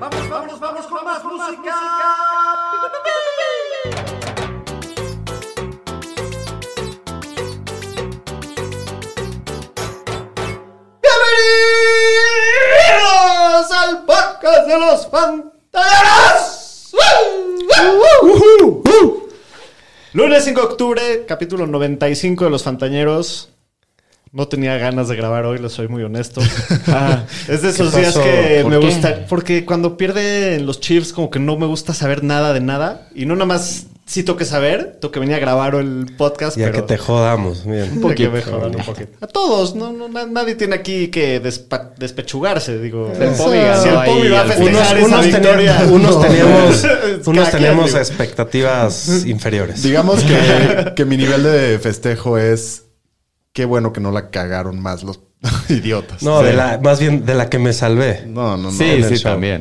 Vamos, vamos, vamos con más música. Bienvenidos al podcast de los Fantaneros. Lunes 5 de octubre, capítulo 95 de Los Fantañeros. No tenía ganas de grabar hoy, les soy muy honesto. Ah, es de esos ¿Qué días pasó? que ¿Por me qué? gusta. Porque cuando pierden los Chiefs, como que no me gusta saber nada de nada. Y no nada más sí tengo que saber, tengo que venir a grabar el podcast. Ya pero que te jodamos, bien. un poquito, jodan un poquito. A todos, no, no, na- nadie tiene aquí que despa- despechugarse, digo. El Pomi ganó Si el Pomi ahí va a al- Unos, festejar esa unos victoria. teníamos, unos teníamos, Es cada unos quien, teníamos digo. expectativas inferiores. Digamos que, que mi nivel de festejo es qué bueno que no la cagaron más los idiotas. no, de Sí. la, más bien de la que me salvé. No, no, no. en En el el show. show.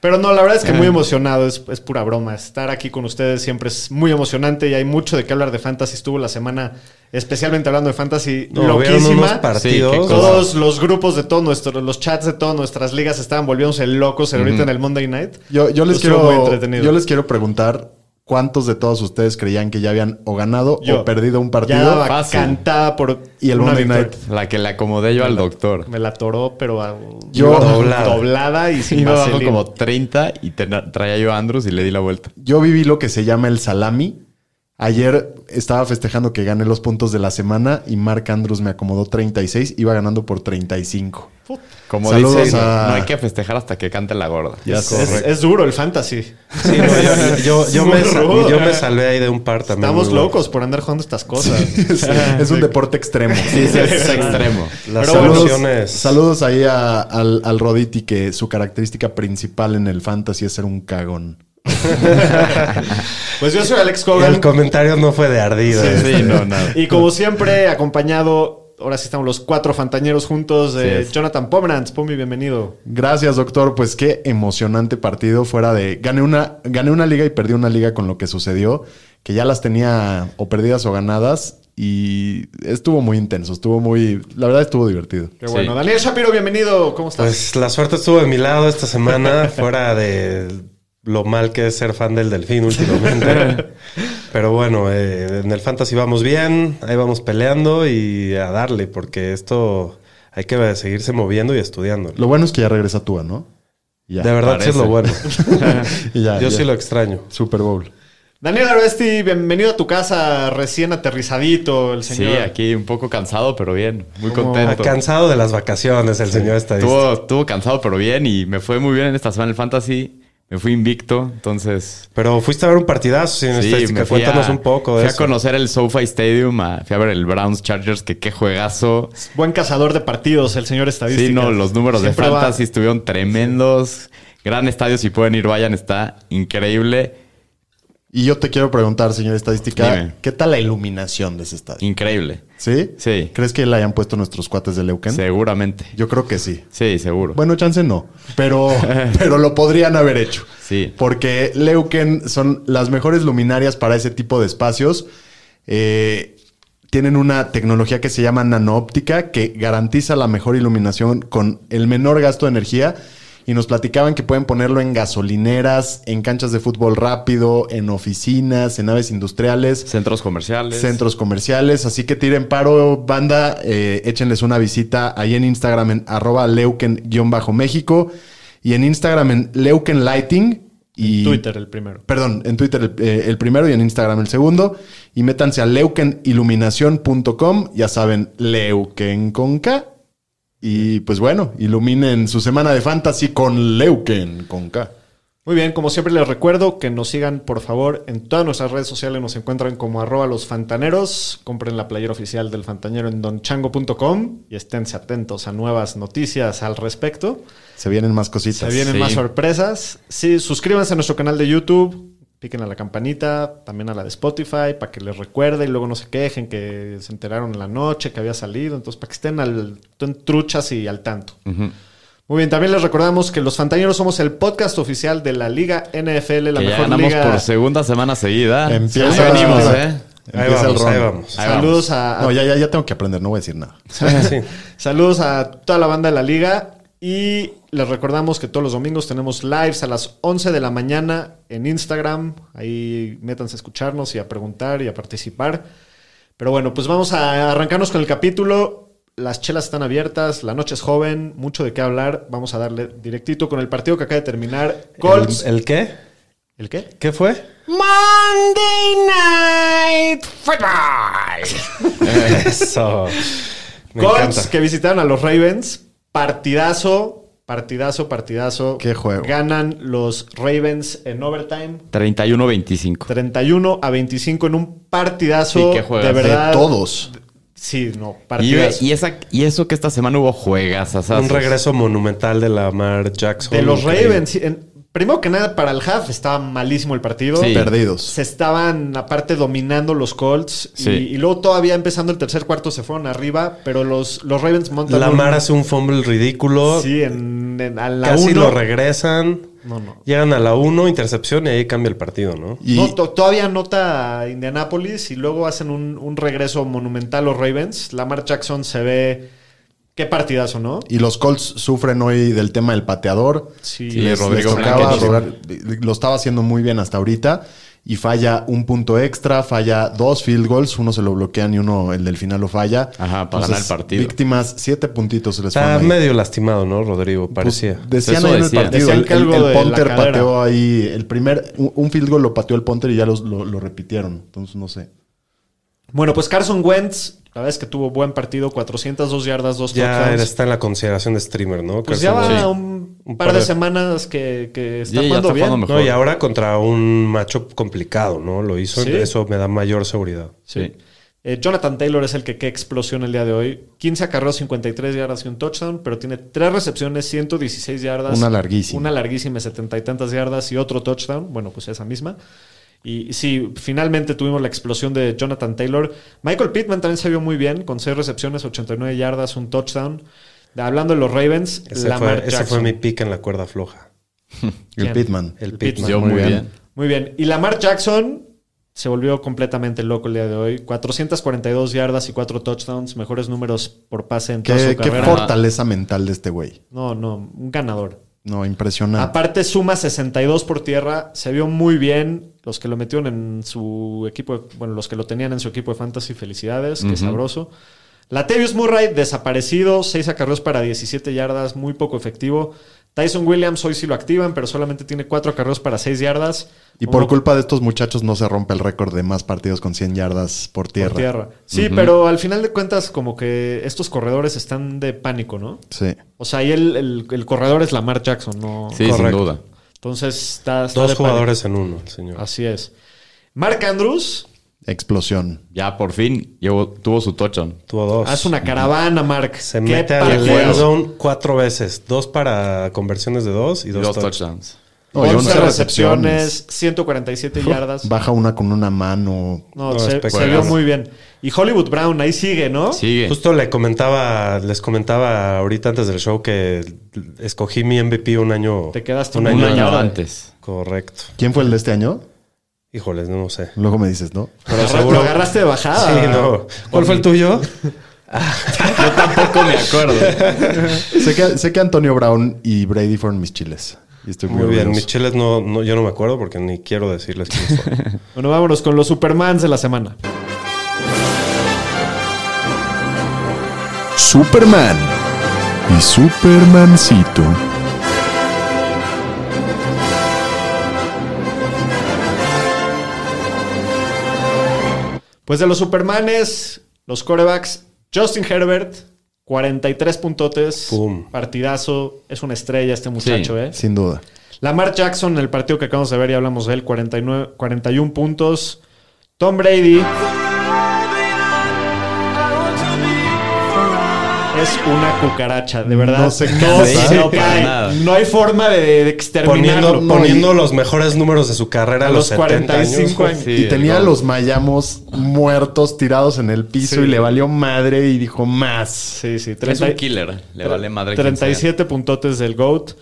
Pero no, la verdad es que muy emocionado, es, es pura broma. Estar aquí con ustedes siempre es muy emocionante y hay mucho de qué hablar de fantasy. Estuvo la semana especialmente hablando de fantasy No, hubieron unos loquísima. partidos. Sí, qué cosa. Todos los grupos de todos nuestros, los chats de todas nuestras ligas estaban volviéndose locos ahorita en el Monday Night. Yo, yo les Estuvo muy quiero, entretenido. yo les quiero preguntar cuántos de todos ustedes creían que ya habían o ganado Yo. o perdido un Ya partido. daba Fácil. cantada por Y el una Monday victoria. Night. La que le acomodé yo al doctor. Me la toró, pero a- Yo- doblada. Doblada. doblada y sin Iba abajo vaselina. como 30 y tena- traía yo a Andrews y le di la vuelta. Yo viví lo que se llama el salami. Ayer estaba festejando que gané los puntos de la semana y Mark Andrews me acomodó 36, iba ganando por 35. Como Saludos dicen, a- no hay que festejar hasta que cante la gorda. Ya Es- es, es duro el fantasy. Sí, no, yo, yo- yo me, Es sa- rudo. yo me salvé ahí de un par también. Estamos muy bueno. locos por andar jugando estas cosas. es, Ah, es un deporte extremo. Sí, sí, es extremo. Las Pero bueno, soluciones. Saludos ahí a- al, al Roditi, que su característica principal en el fantasy es ser un cagón. Pues yo soy Alex El Cogan. comentario no fue de ardido. Sí, eh. sí, no, no. Y como siempre, acompañado, ahora sí estamos los cuatro fantañeros juntos, de Así es. Jonathan Pomerantz. Pomi, bienvenido. Gracias, doctor. Pues qué emocionante partido fuera de... Gané una, gané una liga y perdí una liga con lo que sucedió, que ya las tenía o perdidas o ganadas. Y estuvo muy intenso, estuvo muy... La verdad estuvo divertido. Qué Sí. bueno. Daniel Shapiro, bienvenido. ¿Cómo estás? Pues la suerte estuvo de mi lado esta semana, fuera de lo mal que es ser fan del delfín últimamente. Pero bueno, eh, en el fantasy vamos bien, ahí vamos peleando y a darle, porque esto hay que seguirse moviendo y estudiando. Lo bueno es que ya regresa Tua, ¿no? Ya. de verdad sí es lo bueno. Y ya, Yo ya. sí lo extraño. Super Bowl. Daniel Arvesti, bienvenido a tu casa, recién aterrizadito el Sí, señor. aquí un poco cansado, pero bien. Muy Como- contento. Ah, Cansado de las vacaciones, el señor estadista. Estuvo, estuvo cansado, pero bien. Y me fue muy bien en esta semana en el Fantasy. Me fui invicto, entonces... Pero fuiste a ver un partidazo, señor Sí, estadística. me fui Cuéntanos a, un poco de fui a eso. conocer el SoFi Stadium, a- fui a ver el Browns Chargers, que qué juegazo. Buen cazador de partidos, el señor estadística. Sí, no, los números Siempre de va- Fantasy estuvieron tremendos. Gran estadio, si pueden ir, vayan, está increíble. Y yo te quiero preguntar, señor estadística, Dime. ¿qué tal la iluminación de ese estadio? Increíble. ¿Sí? Sí. ¿Crees que la hayan puesto nuestros cuates de Leuken? Seguramente. Yo creo que sí. Sí, seguro. Bueno, chance no, pero, pero lo podrían haber hecho. Sí. Porque Leuken son las mejores luminarias para ese tipo de espacios. Eh, tienen una tecnología que se llama nanoóptica que garantiza la mejor iluminación con el menor gasto de energía. Y nos platicaban que pueden ponerlo en gasolineras, en canchas de fútbol rápido, en oficinas, en naves industriales. Centros comerciales. Centros comerciales, así que tiren paro, banda, eh, échenles una visita ahí en Instagram en arroba leuken-méxico y en Instagram en leuken lighting y... Twitter el primero. Perdón, en Twitter el, eh, el primero y en Instagram el segundo. Y métanse a leukeniluminación.com, ya saben, leuken con K. Y pues bueno, iluminen su semana de fantasy con leuken con K. Muy bien, como siempre les recuerdo que nos sigan por favor en todas nuestras redes sociales, nos encuentran como arroba los fantaneros, compren la playera oficial del fantanero en donchango.com y esténse atentos a nuevas noticias al respecto. Se vienen más cositas. Se vienen Sí. más sorpresas. Sí, suscríbanse a nuestro canal de YouTube, piquen a la campanita, también a la de Spotify, para que les recuerde y luego no se quejen que se enteraron en la noche que había salido. Entonces, para que estén al, estén truchas y al tanto. Ujú. Muy bien, también les recordamos que los Fantañeros somos el podcast oficial de la Liga NFL, la que ya mejor ganamos liga. por segunda semana seguida. Empieza Ahí venimos, la- ¿eh? Ahí Empieza el vamos, ahí round. vamos. Ahí vamos. Saludos a, a No, ya, ya, ya tengo que aprender, no voy a decir nada. Sí. Saludos a toda la banda de la liga y les recordamos que todos los domingos tenemos lives a las 11 de la mañana en Instagram. Ahí métanse a escucharnos y a preguntar y a participar. Pero bueno, pues vamos a arrancarnos con el capítulo. Las chelas están abiertas, la noche es joven, mucho de qué hablar. Vamos a darle directito con el partido que acaba de terminar. Colts. ¿El, el qué? ¿El qué? ¿Qué fue? Monday Night Football. Eso. Me Colts encanta. que visitaron a los Ravens. Partidazo, partidazo, partidazo. Qué juego. Ganan los Ravens en overtime. 31-25. 31 a 25 en un partidazo Sí, qué juegas. de verdad. De todos. Sí, no, Y, partidazo. y esa, y eso que esta semana hubo juegas. Un regreso monumental de Lamar Jackson. de los Increíble. Ravens. sí, en- primero que nada, para el half estaba malísimo el partido. Sí. Perdidos. Se estaban aparte dominando los Colts Sí. y, y luego todavía empezando el tercer cuarto se fueron arriba, pero los, los Ravens montan un- Lamar hace un fumble ridículo. sí, en, en- a la casi uno. lo regresan. No, no. Llegan a la 1, intercepción y ahí cambia el partido, ¿no? Y No, to- todavía anota a Indianapolis y luego hacen un, un regreso monumental los Ravens. Lamar Jackson se ve qué partidazo, ¿no? Y los Colts sufren hoy del tema del pateador. Sí. Sí, Rodrigo les tocaba Blankenship. Robert- lo estaba haciendo muy bien hasta ahorita. Y falla un punto extra, falla dos field goals, uno se lo bloquean y uno el del final lo falla. Ajá, para ganar el partido. Víctimas, siete puntitos se Ah, les Está fueron ahí. medio lastimado, ¿no, Rodrigo? Parecía. Pues, decían Eso ahí en el decían. partido, Decían el, que algo el de la punter cadera. pateó ahí, el primer, un, un field goal lo pateó el punter y ya los- lo, lo repitieron. Entonces no sé. Bueno, pues Carson Wentz, la verdad es que tuvo buen partido, 402 yardas, dos ya touchdowns. está en la consideración de streamer, ¿no? Pues Carson ya va Wentz. un, Un par par de, de- semanas que, que está Sí, ya jugando está bien. jugando mejor. No, y ahora contra un macho complicado, ¿no? Lo hizo, Sí. eso me da mayor seguridad. Sí. Eh, Jonathan Taylor es el que, que explosión el día de hoy. 15 acarreos, 53 yardas y un touchdown, pero tiene tres recepciones, 116 yardas. Una larguísima. Una larguísima, de 70 y tantas yardas y otro touchdown. Bueno, pues esa misma. Y sí, finalmente tuvimos la explosión de Jonathan Taylor. Michael Pittman también se vio muy bien, con seis recepciones, 89 yardas, un touchdown. De- Hablando de los Ravens, Ese, Lamar fue, ese Jackson. fue mi pick en la cuerda floja. ¿Quién? El Pittman. El, El pick. Pittman. Yo Muy muy bien. bien. Muy bien. Y Lamar Jackson se volvió completamente loco el día de hoy. 442 yardas y 4 touchdowns, mejores números por pase en toda Qué, su qué carrera. fortaleza mental de este güey. no, no, un ganador. No, impresionante. Aparte suma 62 por tierra, se vio muy bien. Los que lo metieron en su equipo, de- bueno, los que lo tenían en su equipo de fantasy, felicidades, qué sabroso. Latavius Murray desaparecido, 6 acarreos para 17 yardas, muy poco efectivo. Tyson Williams hoy sí lo activan, pero solamente tiene 4 acarreos para 6 yardas. Y por Uno- culpa de estos muchachos no se rompe el récord de más partidos con 100 yardas por tierra. Por tierra. Sí, pero al final de cuentas, como que estos corredores están de pánico, ¿no? Sí. O sea, ahí el, el- el corredor es Lamar Jackson, ¿no? Sí, sin Correcto. duda. Entonces está. está Dos de jugadores en uno, el señor. pánico. Así es. Mark Andrews Explosión. Ya por fin llevó- tuvo su touchdown. Tuvo dos. hace una caravana, Mark. Pues, Se Qué mete al partido. end zone cuatro veces. Dos para conversiones de dos y Y dos, dos touchdowns. touchdowns. No, y 11 once recepciones, 147 yardas. Baja una con una mano. No, No, se, se espectacular. vio muy bien. Y Hollywood Brown ahí sigue, ¿no? Sigue. Justo le comentaba, les comentaba ahorita antes del show que escogí mi MVP un año. Te quedaste un año año antes. Correcto. ¿Quién fue el de este año? Híjoles, no sé. Luego me dices, ¿no? Pero seguro- Lo agarraste de bajada. Sí, no. ¿Cuál fue el tuyo? Yo tampoco me acuerdo. sé, que, sé que Antonio Brown y Brady fueron mis chiles. Y estoy muy, Muy bien, mis orgulloso. chiles no, no, yo no me acuerdo porque ni quiero decirles quién fue. Bueno, vámonos con los Supermans de la semana. Superman y Supermancito. Pues de los Supermanes, los corebacks, Justin Herbert, 43 puntotes, Pum. partidazo, es una estrella este muchacho, Sí. ¿eh? Sin duda. Lamar Jackson, el partido que acabamos de ver y hablamos de él, 49, 41 puntos. Tom Brady. es una cucaracha, de verdad. No se no, cansa. se Sí, para cae. nada. no hay forma de, de Poniendo, exterminarlo. poniendo los mejores números de su carrera a A los, los 70 45 años. años. Sí, y tenía a no. los mayamos muertos tirados en el piso Sí. y le valió madre y dijo más. Sí, sí. Es un 30 killer. Le vale madre. quien 37 puntotes del GOAT.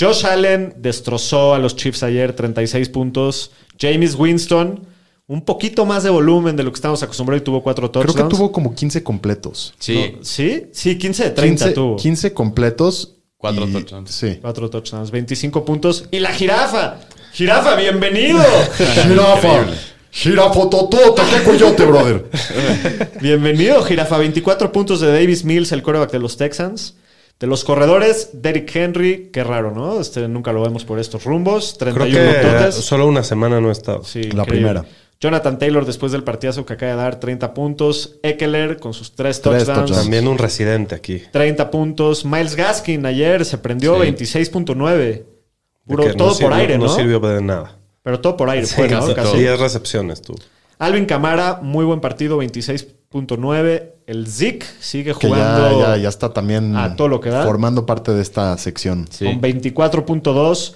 Josh Allen destrozó a los Chiefs ayer, 36 puntos. James Winston, un poquito más de volumen de lo que estamos acostumbrados y tuvo cuatro touchdowns. Creo que tuvo como 15 completos. sea. Sí. No, ¿Sí? Sí, 15 de 30 15, tuvo. 15 completos. Cuatro y- touchdowns. Sí. Cuatro touchdowns, 25 puntos. ¡Y la jirafa! ¡Jirafa, bienvenido! Jirafa. Increíble. Jirafa totota, qué coyote, brother. bienvenido, jirafa. 24 puntos de Davis Mills, el coreback de los Texans. De los corredores, Derrick Henry. Qué raro, ¿no? Este, nunca lo vemos por estos rumbos. Creo 31 que eh, puntotes. solo una semana no he estado. Sí, La primera. Jonathan Taylor después del partidazo que acaba de dar 30 puntos. Eckler con sus 3 Tres touchdowns. touchdowns. También un residente aquí. 30 puntos. Miles Gaskin ayer se prendió Sí. 26.9. Puro, De que todo por sirvió- aire, ¿no? No sirvió de nada. Pero todo por aire. fue, ¿no? casi Casi. todo. 10 recepciones tú. Alvin Camara, muy buen partido, 26.9. El Zik sigue Que ya, jugando ya- ya está también a todo lo que da. formando parte de esta sección. Sí. con 24.2.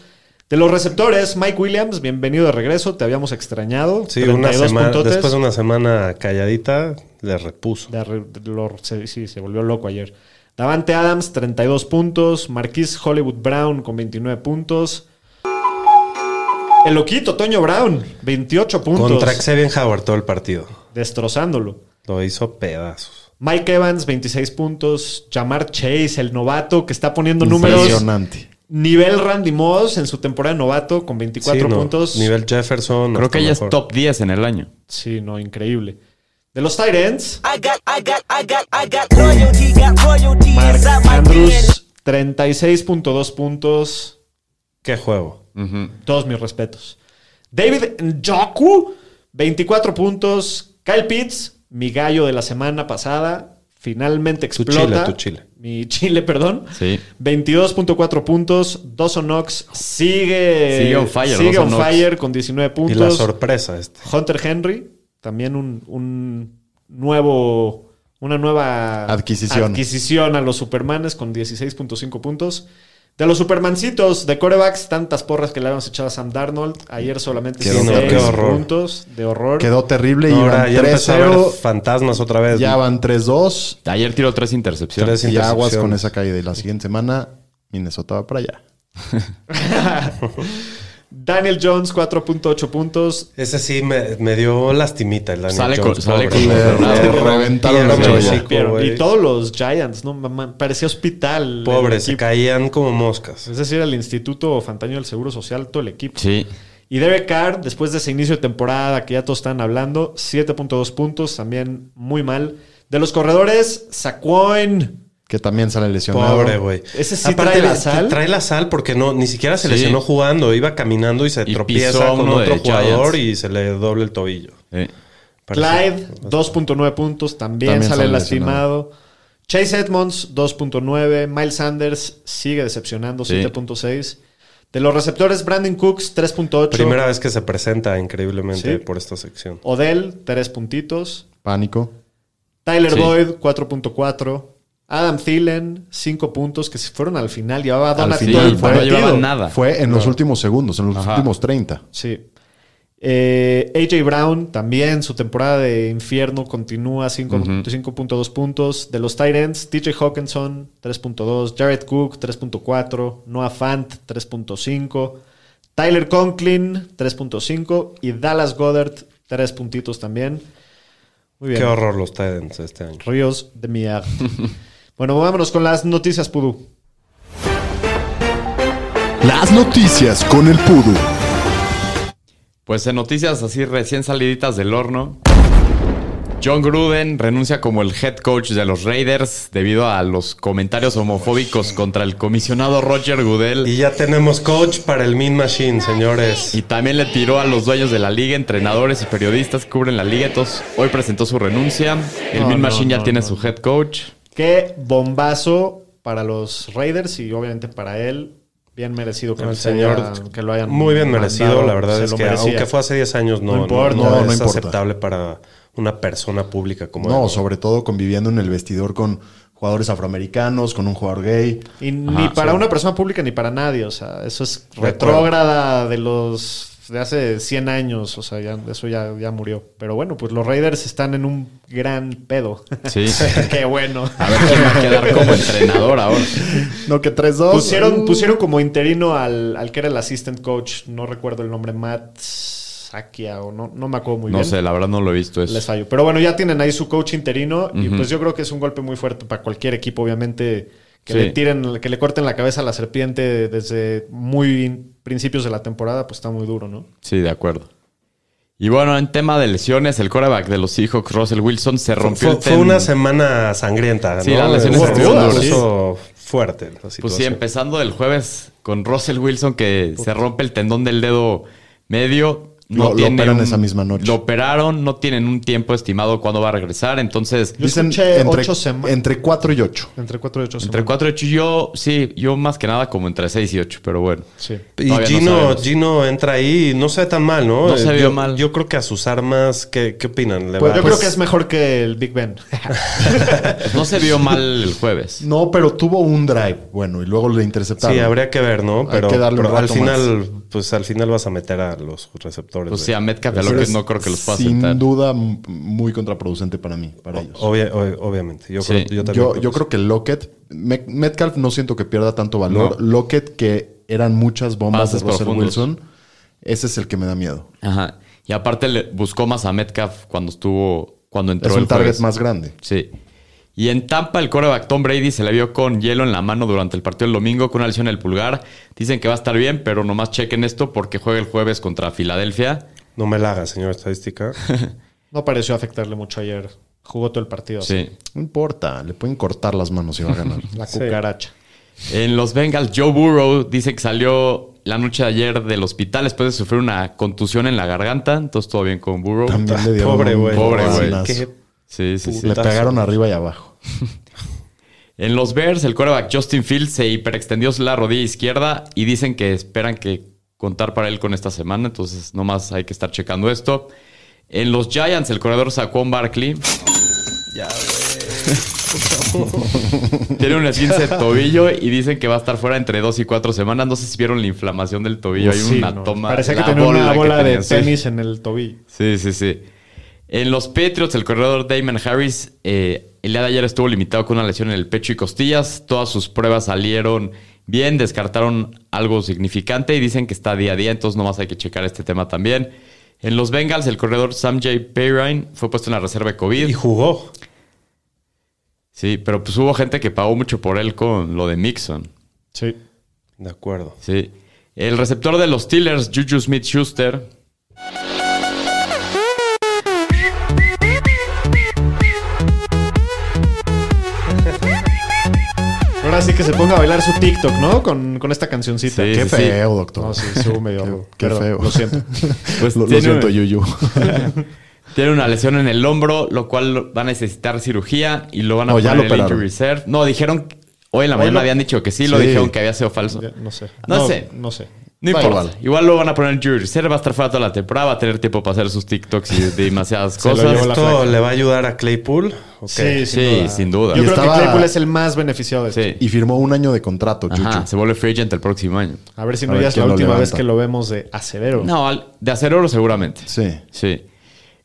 De los receptores, Mike Williams, bienvenido de regreso. Te habíamos extrañado. Sí, una 32 semana, puntotes. después de una semana calladita, le repuso. De arre- de lo- se, sí, se volvió loco ayer. Davante Adams, 32 puntos. Marquis Hollywood Brown con 29 puntos. El loquito, Toño Brown, 28 puntos. Contra Xavier Howard todo el partido. destrozándolo. Lo hizo pedazos. Mike Evans, 26 puntos. Jamar Chase, el novato, que está poniendo números. Impresionante. Nivel Randy Moss en su temporada de novato con 24 Sí, no, puntos. Nivel Jefferson. Creo hasta que ella es mejor. top 10 en el año. Sí, no, increíble. De los Tyrants, I got, I got, I got, I got royalty, got royalty Mark inside my DNA. Andrews, 36.2 puntos. Qué juego. Todos mis respetos. David Njoku, 24 puntos. Kyle Pitts, mi gallo de la semana pasada, finalmente Tu explota. chile, tu chile. Mi chile, perdón. Sí. 22.4 puntos. Dawson Knox sigue... Sigue on fire, sigue Dawson on Knox. fire con 19 Y la puntos. sorpresa este. Hunter Henry, también un, un nuevo... Una nueva Adquisición. adquisición a los Supermanes con 16.5 puntos. De los Supermancitos de corebacks, tantas porras que le habíamos echado a Sam Darnold. Ayer solamente Qué horror. 6 Qué horror. puntos de horror. Quedó terrible y Ahora iban ya empezó a ver 3-0. fantasmas otra vez. Ya van 3-2. Ayer tiró tres intercepciones. Tres Y aguas intercepciones. con esa caída. Y la siguiente semana, Minnesota va para allá. Daniel Jones, 4.8 puntos. Ese sí me, me dio lastimita el Daniel Sale con- Jones, pobre. sale con- Le- con- le con- rompieron reventaron la el Sí, Lo sí, hocico, rompieron. güey. y todos los Giants, no mamá, parecía hospital. el Pobre, se equipo. caían como moscas. Es decir, el Instituto Fantaño del Seguro Social, todo el equipo. Sí. Y Derek Carr, después de ese inicio de temporada que ya todos están hablando, 7.2 puntos, también muy mal. De los corredores, Saquon. Que también sale lesionado. Pobre, güey. Ah, Ese sí trae la ve- sal. Trae la sal porque no, ni siquiera se Sí. lesionó jugando. Iba caminando y se Y pisó tropieza a con uno otro de jugador Giants. y se le doble el tobillo. Sí. Clyde, Parece- 2.9 puntos, también, También sale sale lastimado. Chase Edmonds, 2.9. Miles Sanders sigue decepcionando, Sí. 7.6. De los receptores, Brandon Cooks, 3.8. Primera vez que se presenta increíblemente Sí. por esta sección. Odell, 3 puntitos. Pánico. Tyler Sí. Boyd, 4.4. Adam Thielen, 5 puntos que se fueron al final. Llevaba a Donald final, todo el no partido. llevaban nada. Fue en los últimos segundos, en los Ajá. últimos 30. Sí. Eh, AJ Brown también, su temporada de infierno continúa, cinco- 5.2 puntos. De los Titans, TJ Hawkinson 3.2, Jared Cook 3.4, Noah Fant 3.5, Tyler Conklin 3.5 y Dallas Goddard 3 puntitos también. Muy bien. Qué horror los Titans este año. Ríos de mierda. bueno, vámonos con las noticias, Pudú. Las noticias con el Pudu. Pues en noticias así recién saliditas del horno, John Gruden renuncia como el head coach de los Raiders debido a los comentarios homofóbicos contra el comisionado Roger Goodell. Y ya tenemos coach para el Mean Machine, señores. Y también le tiró a los dueños de la liga, entrenadores y periodistas que cubren la liga. Entonces, hoy presentó su renuncia. El No, Mean no, Machine ya no, tiene no. su head coach. Qué bombazo para los Raiders y obviamente para él. Bien merecido que, El se señor, haya- que lo hayan. Muy bien mandado, merecido, la verdad se es lo que merecía. aunque fue hace 10 años, no, No no, importa, no no, no es importa. aceptable para una persona pública como No, él. sobre todo conviviendo en el vestidor con, jugadores afroamericanos, con un jugador gay. Y ni para una persona pública ni para nadie. O sea, eso es retrógrada de los de hace 100 años. O sea, ya, eso ya, ya murió. Pero bueno, pues los Raiders están en un gran pedo. Sí. Qué bueno. A ver quién va a quedar como entrenador ahora. No, que Uh. 3-2. Uh. Pusieron, pusieron como interino al, al que era el assistant coach. No recuerdo el nombre, Matt Sakia o no, no me acuerdo muy No bien. sé, la verdad no lo he visto eso. Les fallo. Pero bueno, ya tienen ahí su coach interino y pues yo creo que es un golpe muy fuerte para cualquier equipo, obviamente, que Sí. le tiren, que le corten la cabeza a la serpiente desde muy in- principios de la temporada, pues está muy duro, ¿no? Sí, de acuerdo. Y bueno, en tema de lesiones, el coreback de los Seahawks, Russell Wilson, se rompió Fue, el fue ten- una semana sangrienta. Sí, ¿no? las lesiones Hubo estuvieron un duras. proceso fuerte. la Pues sí, situación. empezando el jueves con Russell Wilson que se rompe el tendón del dedo medio. No Lo- lo tiene operan un- esa misma noche. Lo operaron, no tienen un tiempo estimado cuándo va a regresar. Entonces, Yo escuché ocho sema- entre 4 y 8. Entre 4 y 8 entre 4 y 8, yo sí, yo más que nada como entre 6 y 8, pero bueno. Sí. Pues, Y Todavía no Gino, sabemos. Gino entra ahí y no se ve tan mal, ¿no? No se Eh, vio yo, mal. Yo creo que a sus armas, ¿qué, qué opinan? ¿Le Pues va? yo Pues, creo que es mejor que el Big Ben. No se vio mal el jueves. No, pero tuvo un drive, bueno, y luego le interceptaron. Sí, habría que ver, ¿no? Hay Pero, que darle un pero al rato final, pues al final vas a meter a los receptores. Pues güey. sí, a Metcalf y a Pero Lockett es no creo que los pueda Sin sentar. duda, m- muy contraproducente para mí, para ellos. Obvia- ob- obviamente. Yo, Sí. creo, yo también Yo, yo creo que Lockett, Me- Metcalf no siento que pierda tanto valor. Lockett, que eran muchas bombas Pases de Russell profundos. Wilson, ese es el que me da miedo. Ajá. Y aparte le buscó más a Metcalf cuando estuvo, cuando entró Es un el target jueves. más grande. Sí. Y en Tampa, el coreback Tom Brady se le vio con hielo en la mano durante el partido del domingo con una lesión en el pulgar. Dicen que va a estar bien, pero nomás chequen esto porque juega el jueves contra Filadelfia. No me la haga, señor estadística. No pareció afectarle mucho ayer. Jugó todo el partido. Sí. No importa, le pueden cortar las manos y va a ganar. así. La cucaracha. En los Bengals, Joe Burrow dice que salió la noche de ayer del hospital después de sufrir una contusión en la garganta. Entonces, todo bien con Burrow. También le dieron Pobre un güey. Pobre güey. banazo. Qué Sí, sí, sí. Le pegaron arriba y abajo. En los Bears, el coreback Justin Fields se hiperextendió la rodilla izquierda y dicen que esperan que contar para él con esta semana, entonces nomás hay que estar checando esto. En los Giants, el corredor Saquon Barkley. Tiene un esguince de tobillo y dicen que va a estar fuera entre dos y cuatro semanas. No sé si vieron la inflamación del tobillo. Hay Pues Sí, una no. toma. Parecía que la tenía una que bola de tenía, sí. tenis en el tobillo. Sí, sí, sí. En los Patriots, el corredor Damon Harris, eh, el día de ayer estuvo limitado con una lesión en el pecho y costillas. Todas sus pruebas salieron bien, descartaron algo significante y dicen que está día a día, entonces nomás hay que checar este tema también. En los Bengals, el corredor Sam J. Perrine fue puesto en la reserva de Y COVID. jugó. Sí, pero pues hubo gente que pagó mucho por él con lo de Mixon. Sí. De acuerdo. Sí. El receptor de los Steelers, Juju Smith Schuster. Ahora sí que se ponga a bailar su TikTok, ¿no? Con, con esta cancioncita. Sí, Qué sí, sí. feo, doctor. No, sí, estuvo medio. Qué Perdón, feo. Lo siento. Pues lo, lo tiene- siento, Yuyu. Tiene una lesión en el hombro, lo cual va a necesitar cirugía y lo van a No, ya poner lo en el injury operaron. reserve. No, dijeron hoy en la mañana lo- habían dicho que sí, lo Sí. dijeron que había sido falso. Ya, No sé. No sé. No sé. No Da importa. Igual. igual. lo van a poner en jury reserve, va a estar fuera toda la temporada, va a tener tiempo para hacer sus TikToks y demasiadas lo cosas. llevó la- ¿Esto flaca. le va a ayudar a Claypool? Ok. Sí, sin duda. Yo Y creo estaba- que Claypool es el más beneficiado de esto. Sí. Y firmó un año de contrato, Yuyu. Ajá, se vuelve free agent el próximo año. A ver si A no ver ya es la quién lo última vez levanta. que lo vemos de Acerero. No, al- de hacer oro seguramente. Sí. Sí.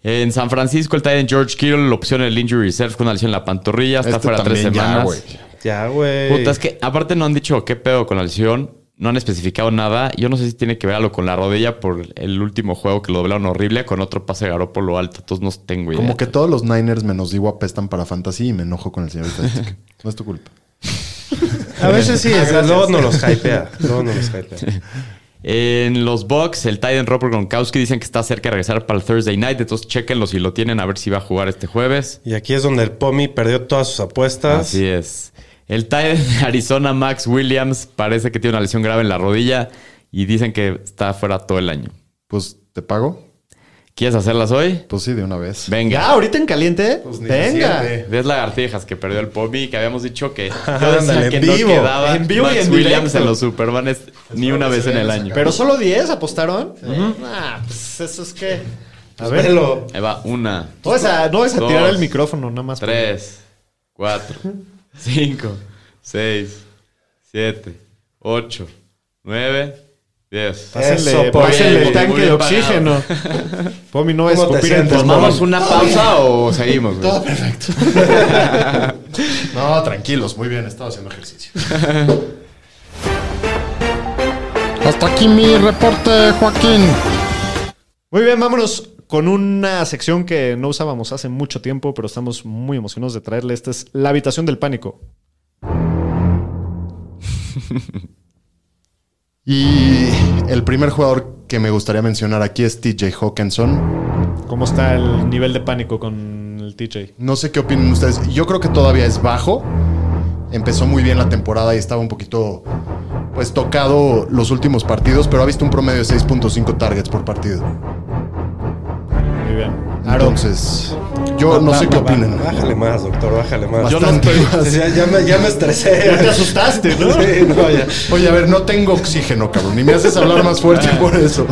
En San Francisco, el tight end George Kittle, la opción en el injury reserve con una lesión en la pantorrilla, está Este fuera tres también ya, semanas. güey. Ya, güey. Puta, es que aparte no han dicho qué pedo con la lesión, no han especificado nada. Yo no sé si tiene que ver algo con la rodilla por el último juego que lo doblaron horrible con otro pase de por lo alto. Entonces no tengo idea. Como que todos los Niners menos digo apestan para fantasy y me enojo con el señor estadística. No es tu culpa. A veces sí, ah, es- luego no los hypea. Luego no los hypea. En los Bucks, el tight end Robert Gronkowski dicen que está cerca de regresar para el Thursday night. Entonces chequenlo si lo tienen a ver si va a jugar este jueves. Y aquí es donde el Pomi perdió todas sus apuestas. Así es. El tight end de Arizona Max Williams parece que tiene una lesión grave en la rodilla y dicen que está fuera todo el año. Pues te pago. ¿Quieres hacerlas hoy? Pues sí, de una vez. Venga. Ya, ahorita en caliente. Pues ni venga. se siente. Ves lagartijas que perdió el Pomi, que habíamos dicho que yo decía Ándale, que en no vivo. quedaba En vivo y Max en Williams directo. en los Supermanes ni una vez en el año. Pero solo 10 apostaron. Ah, pues eso es que. A ver. Pues Velo. Ahí va, una, No vas a, no vas a Dos. tirar el micrófono, nada más. tres, cuatro, 5, 6, 7, 8, 9, 10. Pásenle, Eso, Pomi. pásenle el Muy tanque bien de parado. oxígeno. Pomi, no ¿Cómo te escupir en sientes, tus Pomi? manos. ¿Vamos una pausa o seguimos? güey? No, tranquilos, muy bien, estaba haciendo ejercicio. Hasta aquí mi reporte, Joaquín. Muy bien, vámonos con una sección que no usábamos hace mucho tiempo, pero estamos muy emocionados de traerle. Esta es la habitación del pánico. Y el primer jugador que me gustaría mencionar aquí es TJ Hawkinson. ¿Cómo está el nivel de pánico con el TJ? No sé qué opinan ustedes. Yo creo que todavía es bajo. Empezó muy bien la temporada y estaba un poquito pues tocado los últimos partidos, pero ha visto un promedio de 6.5 targets por partido. Muy bien. Aaron, Entonces, yo no sé qué opinan. Bájale más, doctor, bájale más. Yo no estoy- Sí, ya, ya me, ya me estresé. ya te asustaste, ¿no? Sí, no, ya. Oye, a ver, no tengo oxígeno, cabrón. Ni me haces hablar más fuerte por eso.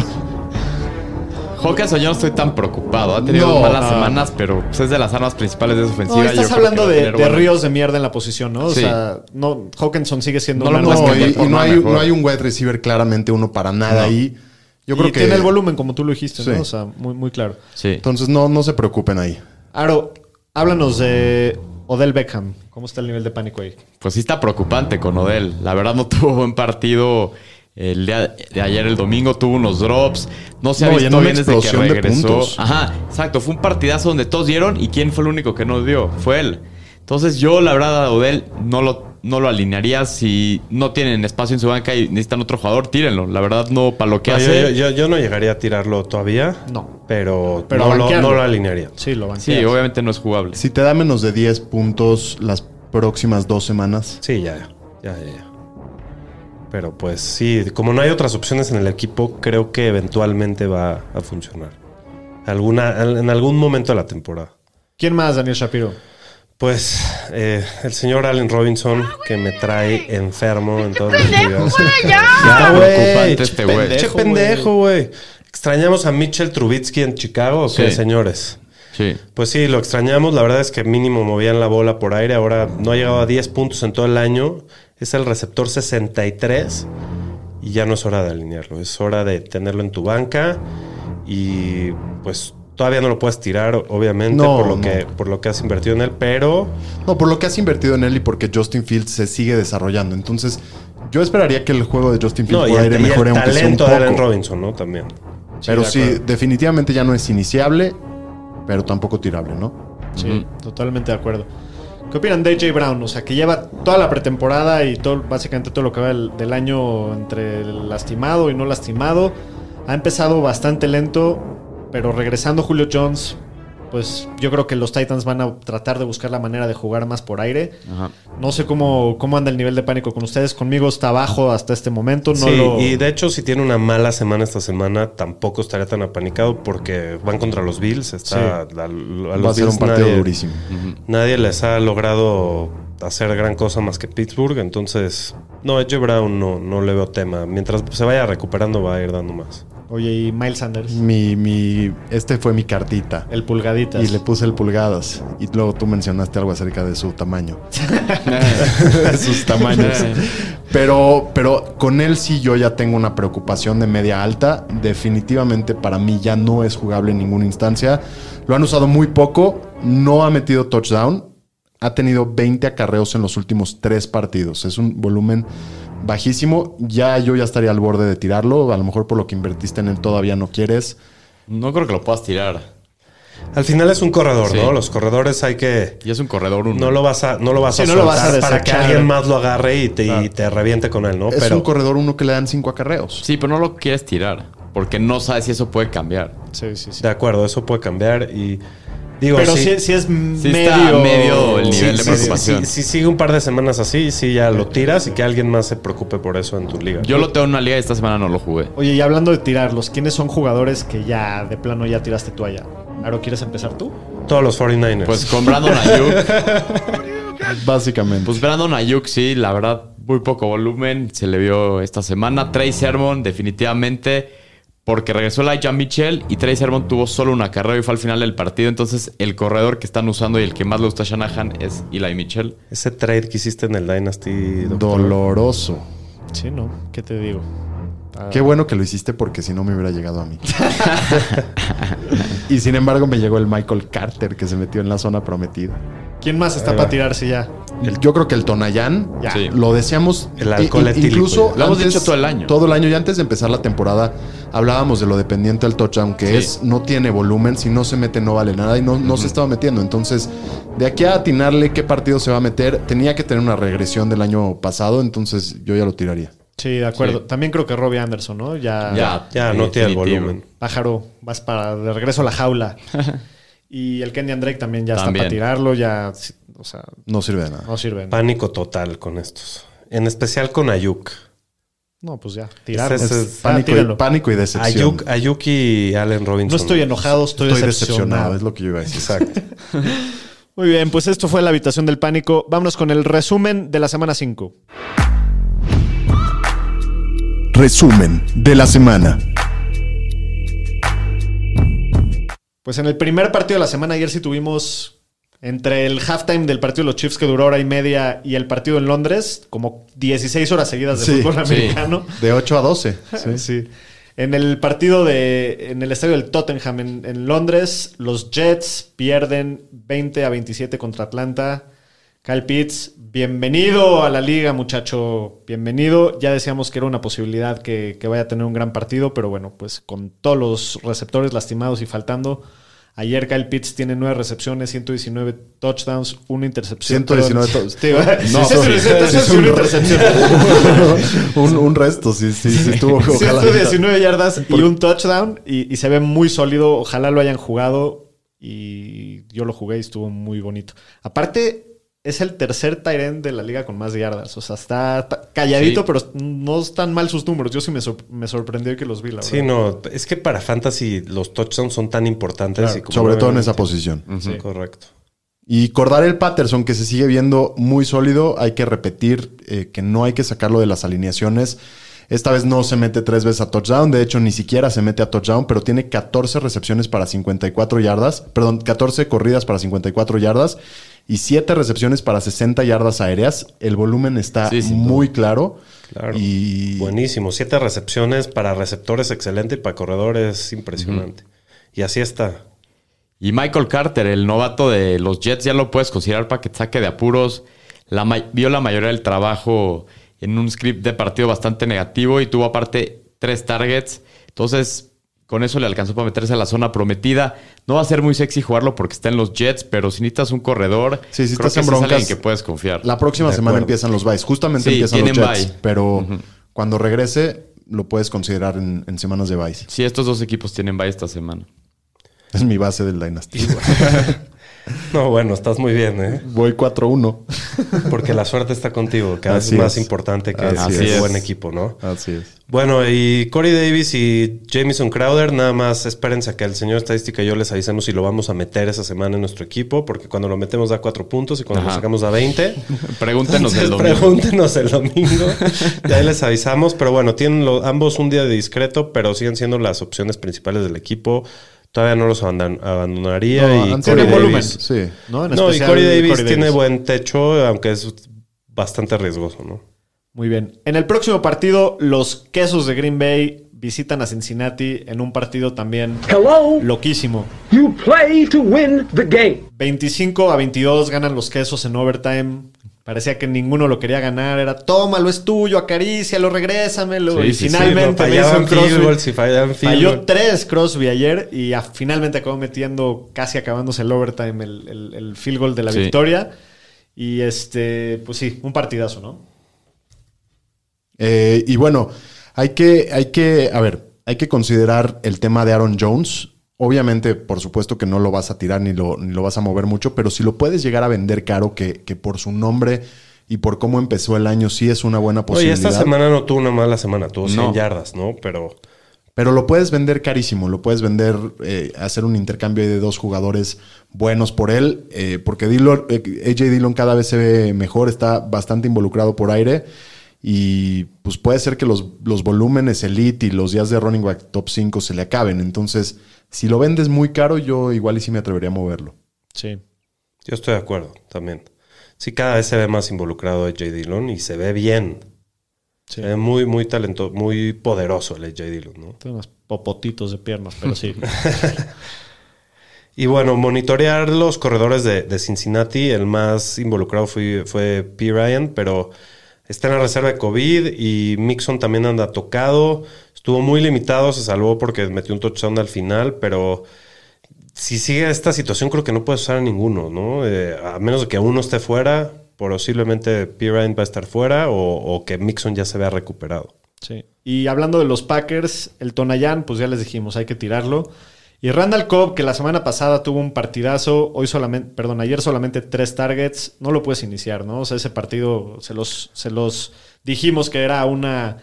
Hawkins, yo no estoy tan preocupado. Ha tenido No, malas no. semanas, pero pues, es de las armas principales de su No, ofensiva. Yo estás creo hablando que va a de, tener de buena- ríos de mierda en la posición, ¿no? O Sí. sea, no, Hawkinson sigue siendo No lo una puedes No, nueva y, cambiar y por no, nada hay, mejor. no hay un wide receiver claramente uno para nada ahí. Yo creo que tiene el volumen, como tú lo dijiste, Sí. ¿no? O sea, muy, muy claro. Sí. Entonces no, no se preocupen ahí. Aro, háblanos de Odell Beckham. ¿Cómo está el nivel de pánico ahí? Pues sí está preocupante con Odell. La verdad no tuvo buen partido el día de ayer, el domingo. Tuvo unos drops. No se ha No, y en visto una bien desde que explosión de regresó. puntos. Ajá, exacto. Fue un partidazo donde todos dieron y quién fue el único que nos dio. Fue él. Entonces yo, la verdad, a Odell no lo, no lo alinearía. Si no tienen espacio en su banca y necesitan otro jugador, tírenlo. La verdad no, para lo que No, yo, hace... yo- yo- yo no llegaría a tirarlo todavía. No. Pero, Pero no, lo, banquearlo. no lo alinearía. Sí, lo van Sí, obviamente no es jugable. Si te da menos de 10 puntos las próximas dos semanas. Sí, ya, ya, ya, ya. Pero pues sí, como no hay otras opciones en el equipo, creo que eventualmente va a funcionar. Alguna, al- en algún momento de la temporada. ¿Quién más, Daniel Shapiro? Pues eh, el señor Allen Robinson, que me trae enfermo en todos los días. Está Ya, güey. preocupante este güey. Che pendejo, güey. Extrañamos a Mitchell Trubitsky en Chicago, ¿o qué, Sí. señores? Sí. Pues sí, lo extrañamos. La verdad es que mínimo movían la bola por aire. Ahora no ha llegado a 10 puntos en todo el año. Es el receptor 63. Y ya no es hora de alinearlo. Es hora de tenerlo en tu banca. Y pues todavía no lo puedes tirar, obviamente, No, por, lo no. que, por lo que has invertido en él. Pero No, por lo que has invertido en él y porque Justin Fields se sigue desarrollando. Entonces, yo esperaría que el juego de Justin Fields no, y por aire el, y el mejore aunque sea un talento de Allen poco. Robinson, ¿no? También. Pero de sí, acuerdo. definitivamente ya no es iniciable, pero tampoco tirable, ¿no? Sí, totalmente de acuerdo. ¿Qué opinan de AJ Brown? O sea, que lleva toda la pretemporada y todo, básicamente todo lo que va del, del año entre el lastimado y no lastimado. Ha empezado bastante lento, pero regresando Julio Jones, pues yo creo que los Titans van a tratar de buscar la manera de jugar más por aire. Ajá. No sé cómo, cómo anda el nivel de pánico con ustedes. Conmigo está bajo hasta este momento. No sí, lo... y de hecho, si tiene una mala semana esta semana, tampoco estaría tan apanicado porque van contra los Bills. Está a, a los Va a ser un Bills partido nadie- durísimo. Nadie les ha logrado hacer gran cosa más que Pittsburgh. Entonces, no, a Joe Brown no, no le veo tema. Mientras se vaya recuperando, va a ir dando más. Oye, y Miles Sanders, Mi, mi, este fue mi cartita. el pulgadita. Y le puse el pulgadas. Y luego tú mencionaste algo acerca de su tamaño. de sus tamaños. Pero, pero con él sí yo ya tengo una preocupación de media alta. Definitivamente para mí ya no es jugable en ninguna instancia. Lo han usado muy poco. No ha metido touchdown. Ha tenido 20 acarreos en los últimos tres partidos. Es un volumen bajísimo. Ya yo ya estaría al borde de tirarlo. A lo mejor por lo que invertiste en él todavía no quieres. No creo que lo puedas tirar. Al final es un corredor, Sí. ¿no? Los corredores hay que. Y es un corredor uno. No lo vas a, no lo vas Sí, a no lo vas a soltar para que desechar. alguien más lo agarre y te, y te reviente con él, ¿no? Es un corredor uno que le dan cinco acarreos. Sí, pero no lo quieres tirar. Porque no sabes si eso puede cambiar. Sí, sí, sí. de acuerdo, eso puede cambiar. Y digo, Pero sí- sí, sí es medio... está medio el nivel de sí, preocupación. sí, sí, sigue un par de semanas así, sí ya lo tiras y que alguien más se preocupe por eso en tu liga. Yo lo tengo en una liga y esta semana no lo jugué. Oye, y hablando de tirarlos, ¿quiénes son jugadores que ya de plano ya tiraste toalla? Aro, ¿quieres empezar tú? Todos los 49ers. Pues con Brandon Ayuk. Básicamente. Pues Brandon Ayuk, sí, la verdad, muy poco volumen. Se le vio esta semana. Trey Sermon, definitivamente. porque regresó Elijah Mitchell y Trey Sermon tuvo solo una carrera y fue al final del partido. Entonces, el corredor que están usando y el que más le gusta a Shanahan es Eli Mitchell. Ese trade que hiciste en el Dynasty. doctor. Doloroso. Sí, ¿no? ¿Qué te digo? Ah. Qué bueno que lo hiciste porque si no me hubiera llegado a mí. y sin embargo me llegó el Michael Carter que se metió en la zona prometida. ¿Quién más está para tirarse ya? El- yo creo que el Tonayán Ya. Sí. lo deseamos. El alcohol etílico, Incluso ya. Lo hemos dicho todo el año. Todo el año. Y antes de empezar la temporada hablábamos de lo dependiente al touchdown, que Sí. es no tiene volumen, si no se mete no vale nada y no, no se estaba metiendo. Entonces, de aquí a atinarle qué partido se va a meter, tenía que tener una regresión del año pasado, entonces yo ya lo tiraría. Sí, de acuerdo. Sí. También creo que Robbie Anderson, ¿no? Ya. Ya no tiene el definitivo. volumen. Pájaro, vas para de regreso a la jaula. y el Kenny Drake también ya está También. para tirarlo, ya. sí, O sea, No sirve de nada. no sirven. Pánico total con estos. En especial con Ayuk. No, pues ya. Tirar. Ese es- Ya, Pánico, y, tíralo. pánico y decepción. Ayuk, Ayuk y Allen Robinson. No estoy enojado, estoy, Estoy decepcionado. decepcionado, es lo que yo iba a decir. Exacto. Muy bien, pues esto fue la habitación del pánico. Vámonos con el resumen de la semana 5. Resumen de la semana. Pues en el primer partido de la semana, ayer sí tuvimos. Entre el halftime del partido de los Chiefs, que duró hora y media, y el partido en Londres, como 16 horas seguidas de Sí, fútbol sí. americano. De 8 a 12. Sí, sí. En el partido de. En el estadio del Tottenham en, en Londres, los Jets pierden 20 a 27 contra Atlanta. Kyle Pitts, bienvenido a la liga, muchacho. Bienvenido. Ya decíamos que era una posibilidad que, que vaya a tener un gran partido, pero bueno, pues con todos los receptores lastimados y faltando. Ayer Kyle Pitts tiene nueve recepciones, 119 touchdowns, una intercepción. 119 perdón. touchdowns. Sí, No, sí, sorry. 119 touchdowns y una intercepción. un, un resto, sí, sí, sí, estuvo. Ojalá. 119 yardas y un touchdown y, y se ve muy sólido. Ojalá lo hayan jugado y yo lo jugué y estuvo muy bonito. Aparte, es el tercer end de la liga con más yardas. O sea, está está calladito, Sí. pero no están mal sus números. Yo sí me, sor- me sorprendió que los vi, la Sí, verdad. no. Es que para Fantasy los touchdowns son tan importantes. y como Sobre no todo en ven- esa posición. Ujú, Correcto. Y cordar el Patterson, que se sigue viendo muy sólido, hay que repetir eh, que no hay que sacarlo de las alineaciones. Esta vez no se mete tres veces a touchdown, de hecho ni siquiera se mete a touchdown, pero tiene 14 recepciones para 54 yardas, perdón, 14 corridas para 54 yardas y 7 recepciones para 60 yardas aéreas. El volumen está Sí, sin duda. muy claro. Claro. Y Buenísimo. Siete recepciones para receptores, excelente. Y para corredores, impresionante. Y así está. Y Michael Carter, el novato de los Jets, ya lo puedes considerar para que te saque de apuros. La ma- vio la mayoría del trabajo en un script de partido bastante negativo y tuvo aparte tres targets. Entonces, con eso le alcanzó para meterse a la zona prometida. No va a ser muy sexy jugarlo porque está en los Jets, pero si necesitas un corredor, Sí, si creo estás que en ese es alguien broncas, que puedes confiar. La próxima De semana acuerdo. empiezan los buys. Justamente Sí, empiezan los tienen Jets. bye. Pero cuando regrese, lo puedes considerar en, en semanas de buys. Sí, estos dos equipos tienen bye esta semana. Es mi base del Dynasty. No, bueno, estás muy bien, ¿eh? Voy 4-1. Porque la suerte está contigo. Cada Así vez más es. importante que Así el es. buen equipo, ¿no? Así es. Bueno, y Corey Davis y Jamison Crowder, nada más espérense a que el señor estadística y yo les avisemos si lo vamos a meter esa semana en nuestro equipo, porque cuando lo metemos da cuatro puntos y cuando lo Ajá. sacamos da 20. Pregúntenos Entonces, el domingo. Pregúntenos el domingo. ya ahí les avisamos, pero bueno, tienen lo- ambos un día de discreto, pero siguen siendo las opciones principales del equipo. Todavía no los abandan- abandonaría. y han- Corey tiene volumen. Davis- Sí. No, En No, y especial Corey Davis Corey tiene Davis. buen techo, aunque es bastante riesgoso, ¿no? Muy bien. En el próximo partido, los quesos de Green Bay visitan a Cincinnati en un partido también Hello? loquísimo. You play to win the game. 25 a 22 ganan los quesos en overtime. Parecía que ninguno lo quería ganar. Era tómalo, es tuyo, acarícialo, regrésamelo. Sí, y sí, sí, no, finalmente me hizo fallaban un Crosby. field goals y fallaban field Falló goals. tres Crosby ayer y a- finalmente acabó metiendo, casi acabándose el overtime, el, el- el field goal de la Sí. victoria. Y este, pues sí, un partidazo, ¿no? Eh, y bueno, hay que, hay que, a ver, hay que considerar el tema de Aaron Jones. Obviamente, por supuesto que no lo vas a tirar ni lo, ni lo vas a mover mucho, pero si lo puedes llegar a vender caro, que, que por su nombre y por cómo empezó el año, sí es una buena Oye, posibilidad. esta semana no tuvo una mala semana, tuvo 100 No. yardas, ¿no? Pero Pero lo puedes vender carísimo, lo puedes vender, eh, hacer un intercambio de dos jugadores buenos por él, eh, porque Dillon, eh, AJ Dillon cada vez se ve mejor, está bastante involucrado por aire. Y pues puede ser que los, los volúmenes elite y los días de running back top 5 se le acaben. Entonces, si lo vendes muy caro, yo igual y sí me atrevería a moverlo. Sí. Yo estoy de acuerdo también. Sí, cada vez se ve más involucrado AJ Dillon y se ve bien. Sí. Se ve muy, muy talentoso, muy poderoso el AJ Dillon, ¿no? Tiene unos popotitos de piernas, pero sí. Y bueno, monitorear los corredores de, de Cincinnati, el más involucrado fue, fue P. Ryan, pero está en la reserva de COVID y Mixon también anda tocado. Estuvo muy limitado, se salvó porque metió un touchdown al final, pero si sigue esta situación creo que no puede usar a ninguno, ¿no? Eh, a menos de que uno esté fuera, posiblemente P. Ryan va a estar fuera o, o que Mixon ya se vea recuperado. Sí. Y hablando de los Packers, el Tonayán, pues ya les dijimos, hay que tirarlo. Y Randall Cobb, que la semana pasada tuvo un partidazo, hoy solamente, perdón, ayer solamente tres targets, no lo puedes iniciar, ¿no? O sea, ese partido se los, se los dijimos que era una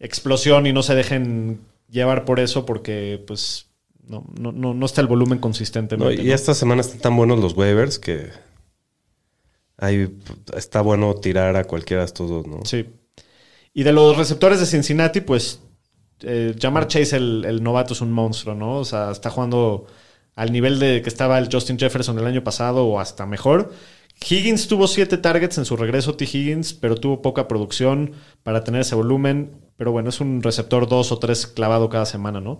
explosión y no se dejen llevar por eso porque, pues, no, no, no, no está el volumen No, consistentemente. y ¿no? esta semana están tan buenos los waivers que ahí está bueno tirar a cualquiera de estos dos, ¿no? Sí. Y de los receptores de Cincinnati, pues llamar Chase el, el novato es un monstruo, ¿no? O sea, está jugando al nivel de que estaba el Justin Jefferson el año pasado o hasta mejor. Higgins tuvo siete targets en su regreso, T. Higgins, pero tuvo poca producción para tener ese volumen. Pero bueno, es un receptor dos o tres clavado cada semana, ¿no?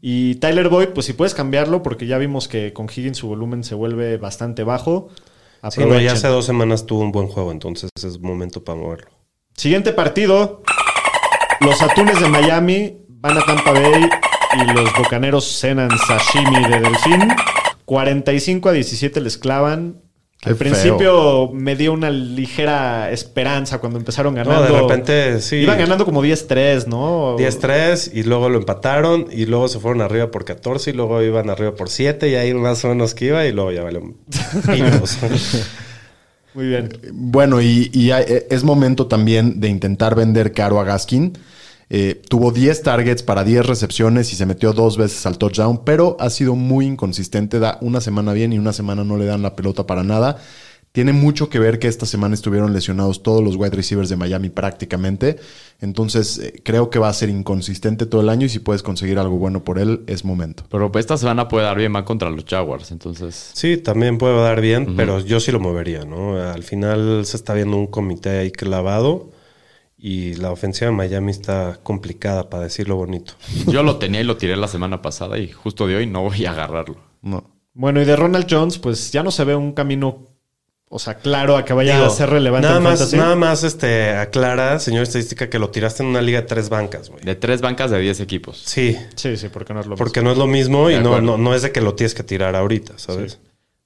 Y Tyler Boyd, pues si puedes cambiarlo, porque ya vimos que con Higgins su volumen se vuelve bastante bajo. Sí, no, ya Aprovechen. hace dos semanas tuvo un buen juego, entonces es momento para moverlo. Siguiente partido. Los atunes de Miami van a Tampa Bay y los bocaneros cenan sashimi de delfín. 45 a 17 les clavan. Qué Al feo. principio me dio una ligera esperanza cuando empezaron ganando. No, de repente, sí. Iban ganando como 10-3, ¿no? 10-3 y luego lo empataron y luego se fueron arriba por 14 y luego iban arriba por 7 y ahí más o menos que iba y luego ya valieron pitos. Muy bien. Bueno, y, y hay- e, es momento también de intentar vender caro a Gaskin. Eh, tuvo 10 targets para 10 recepciones y se metió dos veces al touchdown, pero ha sido muy inconsistente. Da una semana bien y una semana no le dan la pelota para nada. Tiene mucho que ver que esta semana estuvieron lesionados todos los wide receivers de Miami prácticamente. Entonces, eh, creo que va a ser inconsistente todo el año y si puedes conseguir algo bueno por él, es momento. Pero esta semana puede dar bien más contra los Jaguars, entonces. Sí, también puede dar bien, pero yo sí lo movería, ¿no? Al final se está viendo un comité ahí clavado y la ofensiva de Miami está complicada, para decirlo bonito. Yo lo tenía y lo tiré la semana pasada y justo de hoy no voy a agarrarlo. No. Bueno, y de Ronald Jones, pues ya no se ve un camino, o sea, claro a que vaya Digo, a ser relevante Nada en más, fantasy. nada más este, aclara, señor estadística, que lo tiraste en una liga de tres bancas, güey. De tres bancas de 10 equipos. Sí, Sí, sí, porque no es lo mismo. porque no es lo mismo y De no, acuerdo. no, no es de que lo tienes que tirar ahorita, ¿sabes?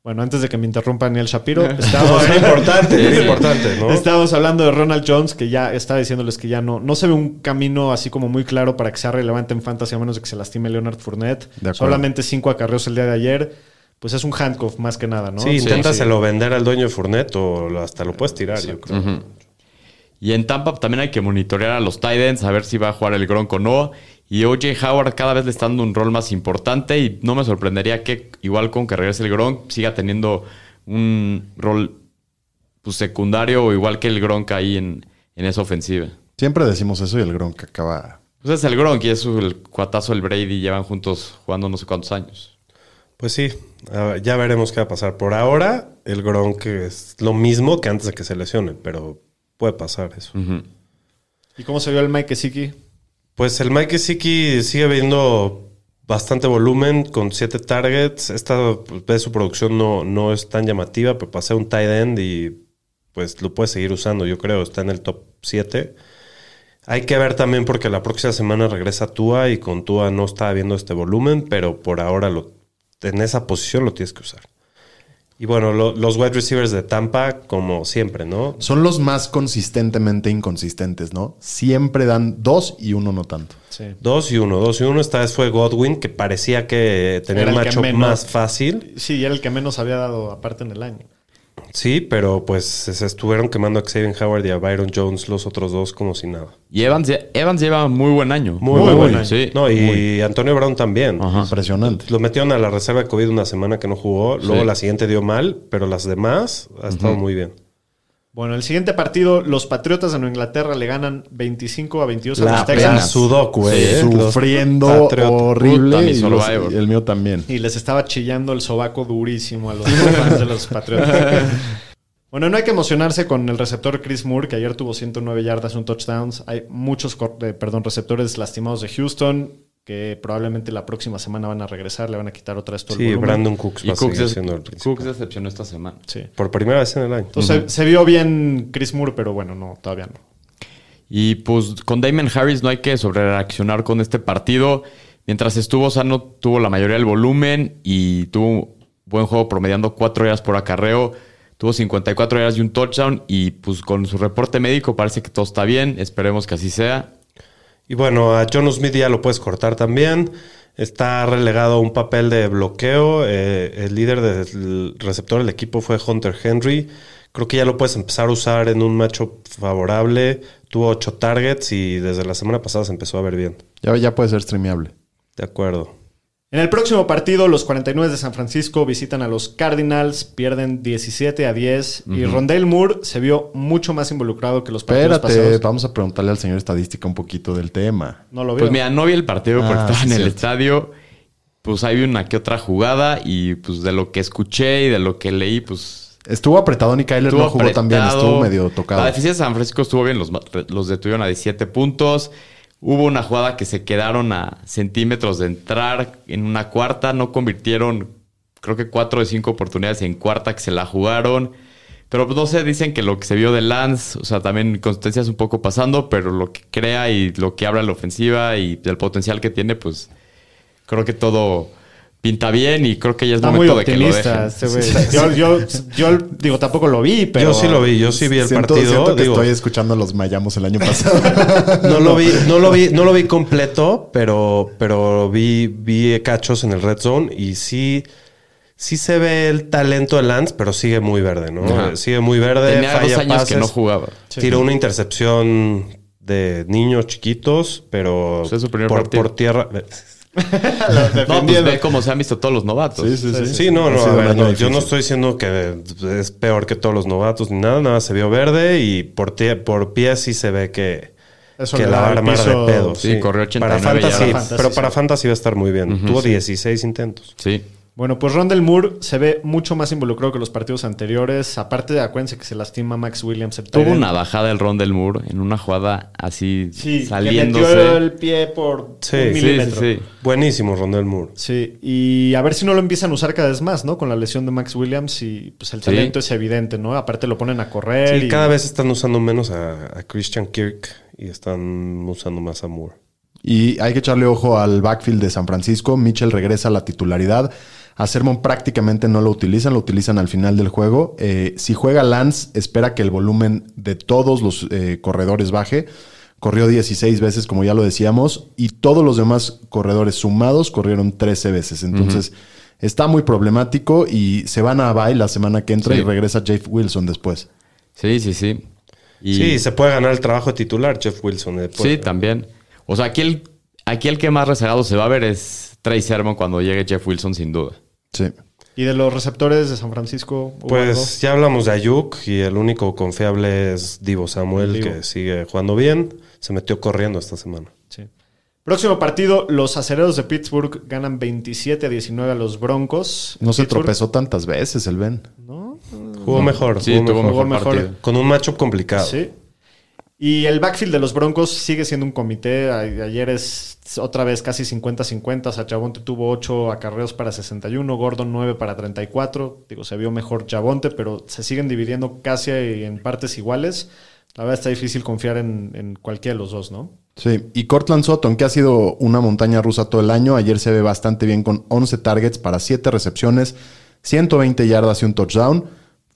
Bueno, antes de que me interrumpa Daniel Shapiro, No, estamos es importante, es importante, ¿no? Estábamos hablando de Ronald Jones, que ya estaba diciéndoles que ya no, no se ve un camino así como muy claro para que sea relevante en fantasy, a menos de que se lastime Leonard Fournette. De acuerdo. Solamente cinco acarreos el día de ayer. Pues es un handcuff más que nada, ¿no? Sí, inténtaselo vender al dueño de Fournette o lo- hasta lo puedes tirar, yo creo. Y en Tampa también hay que monitorear a los Titans, a ver si va a jugar el Gronco o no. Y OJ Howard cada vez le está dando un rol más importante y no me sorprendería que igual con que regrese el Gronk siga teniendo un rol pues, secundario o igual que el Gronk ahí en, en esa ofensiva. Siempre decimos eso y el Gronk acaba. Pues es el Gronk y es su- el cuatazo el Brady, llevan juntos jugando no sé cuántos años. Pues sí, a ver, ya veremos qué va a pasar. Por ahora, el Gronk es lo mismo que antes de que se lesione, pero puede pasar eso. ¿Y cómo se vio el Mike Gesicki? Pues el Mike Gesicki sigue viendo bastante volumen con siete targets. Esta vez su producción no, no es tan llamativa, pero pasé un tight end y pues lo puede seguir usando, yo creo. Está en el top 7. Hay que ver también porque la próxima semana regresa Tua y con Tua no está viendo este volumen, pero por ahora lo, en esa posición lo tienes que usar. Y bueno, lo- los wide receivers de Tampa, como siempre, ¿no? Son los más consistentemente inconsistentes, ¿no? Siempre dan dos y uno no tanto. Sí. Dos y uno, dos y uno. Esta vez fue Godwin, que parecía que tenía Era el el que macho menos- más fácil. Sí, y era el que menos había dado aparte en el año. Sí, pero pues se se estuvieron quemando a Xavier Howard y a Byron Jones los otros dos como si nada. Y Evans, Evans lleva muy buen año. Muy, Muy bueno. buen año. Sí. No, y Antonio Brown también. Impresionante. Lo metieron a la reserva de COVID una semana que no jugó. Luego Sí. la siguiente dio mal, pero las demás ha estado muy bien. Bueno, el siguiente partido, los Patriotas de Nueva Inglaterra le ganan 25 a 22 a La los Texans. pena. Sudoku, eh. Sufriendo Los Patriot- horrible. Puta, mi y los- Survivor. y el mío también. Y les estaba chillando el sobaco durísimo a los fans de los Patriotas. Bueno, no hay que emocionarse con el receptor Chris Moore, que ayer tuvo 109 yardas, un touchdown. Hay muchos cor- eh, perdón, receptores lastimados de Houston, que probablemente la próxima semana van a regresar, le van a quitar otra vez todo el Sí, volumen. Brandon Cooks Y va a Cooks, seguir des- siendo el Cooks principal. decepcionó esta semana. Sí. Por primera vez en el año. Entonces se, se vio bien Chris Moore, pero bueno, no, todavía no. Y pues con Damon Harris no hay que sobrereaccionar con este partido. Mientras estuvo sano, tuvo la mayoría del volumen y tuvo un buen juego promediando 4 horas por acarreo. Tuvo 54 horas y un touchdown. Y pues con su reporte médico parece que todo está bien. Esperemos que así sea. Y bueno, a John Smith ya lo puedes cortar también. Está relegado a un papel de bloqueo. Eh, el líder del receptor del equipo fue Hunter Henry. Creo que ya lo puedes empezar a usar en un macho favorable. Tuvo ocho targets y desde la semana pasada se empezó a ver bien. Ya, ya puede ser streameable. De acuerdo. En el próximo partido, los 49 de San Francisco visitan a los Cardinals, pierden 17 a 10 y Rondell Moore se vio mucho más involucrado que los partidos Espérate, pasados. vamos a preguntarle al señor estadística un poquito del tema. No lo vio. Pues mira, no vi el partido porque Ah, estaba sí, en el cierto. estadio. Pues hay una que otra jugada y pues de lo que escuché y de lo que leí, pues... Estuvo apretado y Kyler Estuvo no jugó tan bien, apretado. estuvo medio La tocado. defensa de San Francisco estuvo bien, los, ma- los detuvieron a 17 puntos. Hubo una jugada que se quedaron a centímetros de entrar en una cuarta, no convirtieron, creo que cuatro de cinco oportunidades en cuarta que se la jugaron. Pero pues, no sé, dicen que lo que se vio de Lance, o sea, también consistencias un poco pasando, pero lo que crea y lo que habla la ofensiva y el potencial que tiene, pues creo que todo pinta bien y creo que ya es Está muy momento de que lo dejen. optimista este güey. Yo, yo, yo digo, tampoco lo vi, pero. yo sí lo vi, yo sí vi el siento, partido. siento que digo, estoy escuchando a los Mayamos el año pasado. no lo vi, no lo vi, no lo vi completo, pero, pero vi, vi cachos en el red zone y sí, sí se ve el talento de Lance, pero sigue muy verde, ¿no? Ajá. Sigue muy verde. Tenía dos falla años pases, que no jugaba. Tiró una intercepción de niños chiquitos, pero Pues es su primer por, partido. por tierra. eh, No, pues ve cómo se han visto todos los novatos. Sí, no, Ha no, sido a un ver, año no, yo difícil. no estoy diciendo que es peor que todos los novatos ni nada, nada, se vio verde y por, tie- por pie sí se ve que, Eso que le la da va a el armar piso- de pedo. Sí, corrió 89 Para fantasy, yardas. pero para fantasy va a estar muy bien. Tuvo 16 intentos. Sí. Bueno, pues Rondell Moore se ve mucho más involucrado que los partidos anteriores. Aparte de acuérdense que se lastima Max Williams. el tight Tuvo end. una bajada el ron del Moore en una jugada así Sí, saliéndose. le metió el pie por Sí, un sí, Sí, sí, milímetro. sí. Buenísimo, Rondel Moore. Sí, y a ver si no lo empiezan a usar cada vez más, ¿no? Con la lesión de Max Williams y pues el Sí. talento es evidente, ¿no? Aparte lo ponen a correr. Sí, y cada vez están usando menos a, a Christian Kirk y están usando más a Moore. Y hay que echarle ojo al backfield de San Francisco. Mitchell regresa a la titularidad. A Sermon prácticamente no lo utilizan, lo utilizan al final del juego. Eh, si juega Lance, espera que el volumen de todos los eh, corredores baje. Corrió 16 veces, como ya lo decíamos, y todos los demás corredores sumados corrieron 13 veces. Entonces, está muy problemático y se van a Bay la semana que entra Sí. y regresa Jeff Wilson después. Sí, sí, sí. Y- Sí, se puede ganar el trabajo de titular, Jeff Wilson. eh, sí, puede- también. O sea, aquí el, aquí el que más rezagado se va a ver es Trey Sermon cuando llegue Jeff Wilson, sin duda. Sí. Y de los receptores de San Francisco. ¿hubo algo? Pues ya hablamos de Ayuk y el único confiable es Divo Samuel, Divo. que sigue jugando bien. Se metió corriendo esta semana. Sí. Próximo partido, los acereros de Pittsburgh ganan 27 a 19 a los Broncos. No se Pittsburgh- tropezó tantas veces el Ben. Jugó mejor. Sí, tuvo mejor, mejor. partido. Con un matchup complicado. Sí. Y el backfield de los Broncos sigue siendo un comité. A- Ayer es otra vez casi 50-50. O sea, Javonte tuvo 8 acarreos para 61, Gordon 9 para 34. Digo, se vio mejor Javonte, pero se siguen dividiendo casi en partes iguales. La verdad está difícil confiar en, en cualquiera de los dos, ¿no? Sí, y Cortland Sutton, que ha sido una montaña rusa todo el año, ayer se ve bastante bien con 11 targets para 7 recepciones, 120 yardas y un touchdown.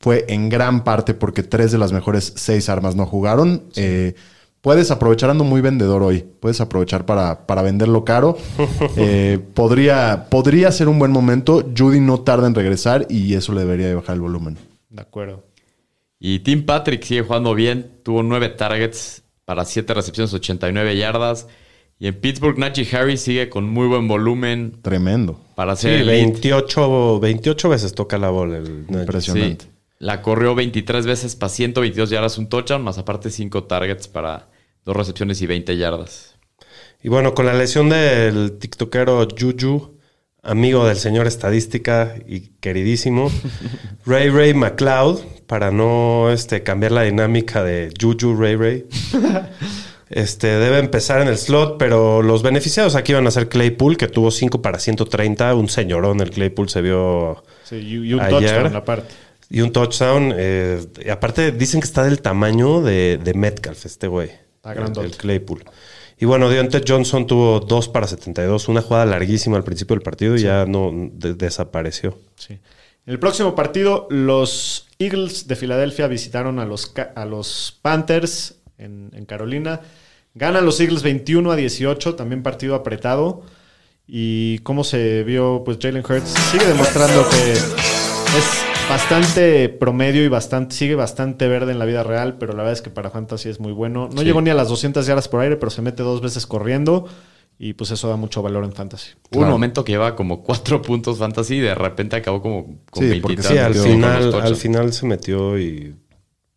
Fue en gran parte porque tres de las mejores seis armas no jugaron. Eh, puedes aprovechar, ando muy vendedor hoy, puedes aprovechar para, para venderlo caro. Eh, podría, podría ser un buen momento. Judy no tarda en regresar y eso le debería de bajar el volumen. De acuerdo. Y Tim Patrick sigue jugando bien. Tuvo nueve targets para siete recepciones, 89 yardas. Y en Pittsburgh, Najee Harris sigue con muy buen volumen Tremendo, para ser Sí, elite. 28, 28 veces toca la bola el Najee. impresionante. Sí. La corrió 23 veces para 122 yardas, un touchdown, más aparte 5 targets para dos recepciones y 20 yardas. Y bueno, con la lesión del tiktokero Juju, amigo del señor estadística y queridísimo, Ray Ray McLeod, para no este, cambiar la dinámica de Juju Ray Ray, este, debe empezar en el slot, pero los beneficiados aquí van a ser Claypool, que tuvo 5 para 130, un señorón, el Claypool se vio... Sí, y, y un Ayer. touchdown aparte. Y un touchdown. eh, y aparte, dicen que está del tamaño de, de Metcalf, este güey. Está grandote. El Claypool. Y bueno, Deontay Johnson tuvo 2 para 72, una jugada larguísima al principio del partido y ya no de- desapareció. Sí. En el próximo partido, los Eagles de Filadelfia visitaron a los, Ca- a los Panthers en, en Carolina. Ganan los Eagles 21 a 18, también partido apretado. Y cómo se vio, pues Jalen Hurts sigue demostrando que es bastante promedio y bastante, sigue bastante verde en la vida real, pero la verdad es que para Fantasy es muy bueno. No llegó ni a las 200 yardas por aire, pero se mete dos veces corriendo y pues eso da mucho valor en Fantasy. Hubo un momento que llevaba como 4 puntos fantasy y de repente acabó como con Sí, 20 y porque tantos Sí, al con los final, al touchdowns. final se metió y.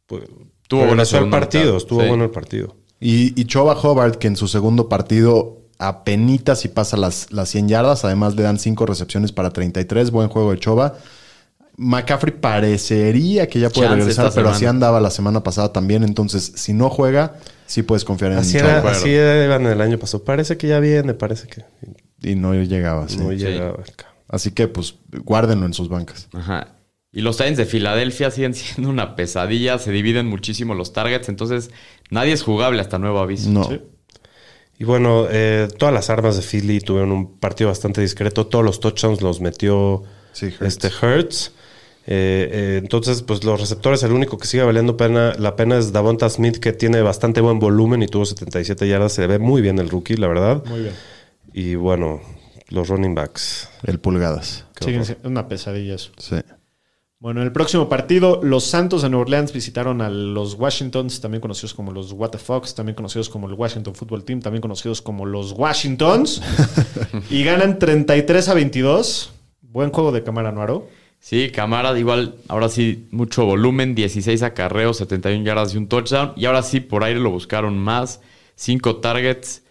Pues, Tuvo buena regresó el segunda partido, mitad, estuvo sí. bueno el partido. Y, y Choba Hobart, que en su segundo partido apenitas y pasa las, las 100 yardas, además le dan 5 recepciones para 33, buen juego de Choba. McCaffrey parecería que ya puede Chance regresar, esta pero semana. así andaba la semana pasada también, entonces si no juega, sí puedes confiar en Así, Choba. era, acuerdo. así iban el año pasado. Parece que ya viene, parece que. Y no llegaba, sí. No llegaba el cabrón. Así que pues guárdenlo en sus bancas. Ajá. Y los Titans de Filadelfia siguen siendo una pesadilla, se dividen muchísimo los targets, entonces nadie es jugable hasta nuevo aviso. No. Y bueno, eh, todas las armas de Philly tuvieron un partido bastante discreto. Todos los touchdowns los metió Sí, Hurts. este Hurts. Eh, eh, entonces, pues los receptores, el único que sigue valiendo pena, la pena es Davonta Smith, que tiene bastante buen volumen y tuvo 77 yardas. Se ve muy bien el rookie, la verdad. Muy bien. Y bueno, los running backs. El pulgadas. Siguen siendo- es una pesadilla eso. Sí. Bueno, en el próximo partido, los Santos de Nueva Orleans visitaron a los Washingtons, también conocidos como los What the Fox, también conocidos como el Washington Football Team, también conocidos como los Washingtons, y ganan 33 a 22. Buen juego de cámara, Noaro. Sí, Camara, igual, ahora sí, mucho volumen, 16 acarreos, 71 yardas y un touchdown. Y ahora sí, por aire lo buscaron más, 5 targets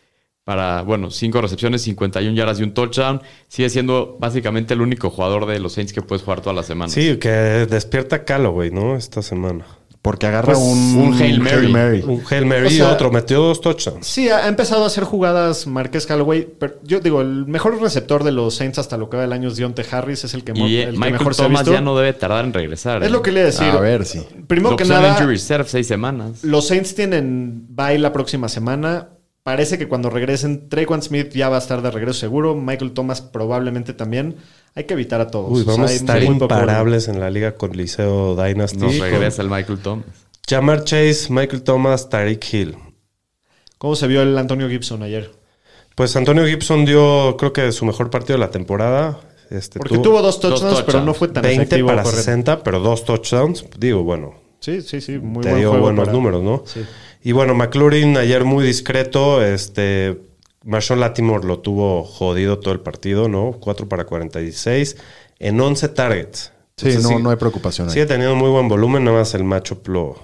para, bueno, 5 recepciones, 51 yardas y un touchdown. Sigue siendo básicamente el único jugador de los Saints que puedes jugar toda la semana. Sí, que despierta Callaway, ¿no? Esta semana. Porque agarra Pues, un, un Hail Mary. Un Hail Mary O sea- y otro. Metió dos touchdowns. Sí, ha ha empezado a hacer jugadas Marqués Callaway, pero yo digo, el mejor receptor de los Saints hasta lo que va del año es Dionte Harris, es el que, mo- Y eh, el que Michael mejor se ha Thomas visto. ya no debe tardar en regresar. eh. Es lo que le iba a decir. A ver, sí. Primero que nada. nada, Injury Reserve, 6 semanas. Los Saints tienen bye la próxima semana. Parece que cuando regresen, Traquan Smith ya va a estar de regreso seguro. Michael Thomas probablemente también. Hay que evitar a todos. Uy, O sea, vamos a hay estar muy poco- imparables en la liga con Liceo Dynasty. Nos con- regresa el Michael Thomas. Jamar Chase, Michael Thomas, Tariq Hill. ¿Cómo se vio el Antonio Gibson ayer? Pues Antonio Gibson dio, creo que su mejor partido de la temporada. Este, Porque tuvo dos touchdowns, touchdowns. pero no fue tan 20 efectivo. para correr. 60, pero dos touchdowns. Digo, bueno, Sí, sí, sí. Muy te buen dio juego buenos para- números, ¿no? Sí. Y bueno, McLaurin ayer muy discreto. Este, Marshall Latimore lo tuvo jodido todo el partido, ¿no? 4 para 46 en 11 targets. Sí, Entonces, no, no hay preocupación ahí. Sigue teniendo muy buen volumen, nada más el matchup lo,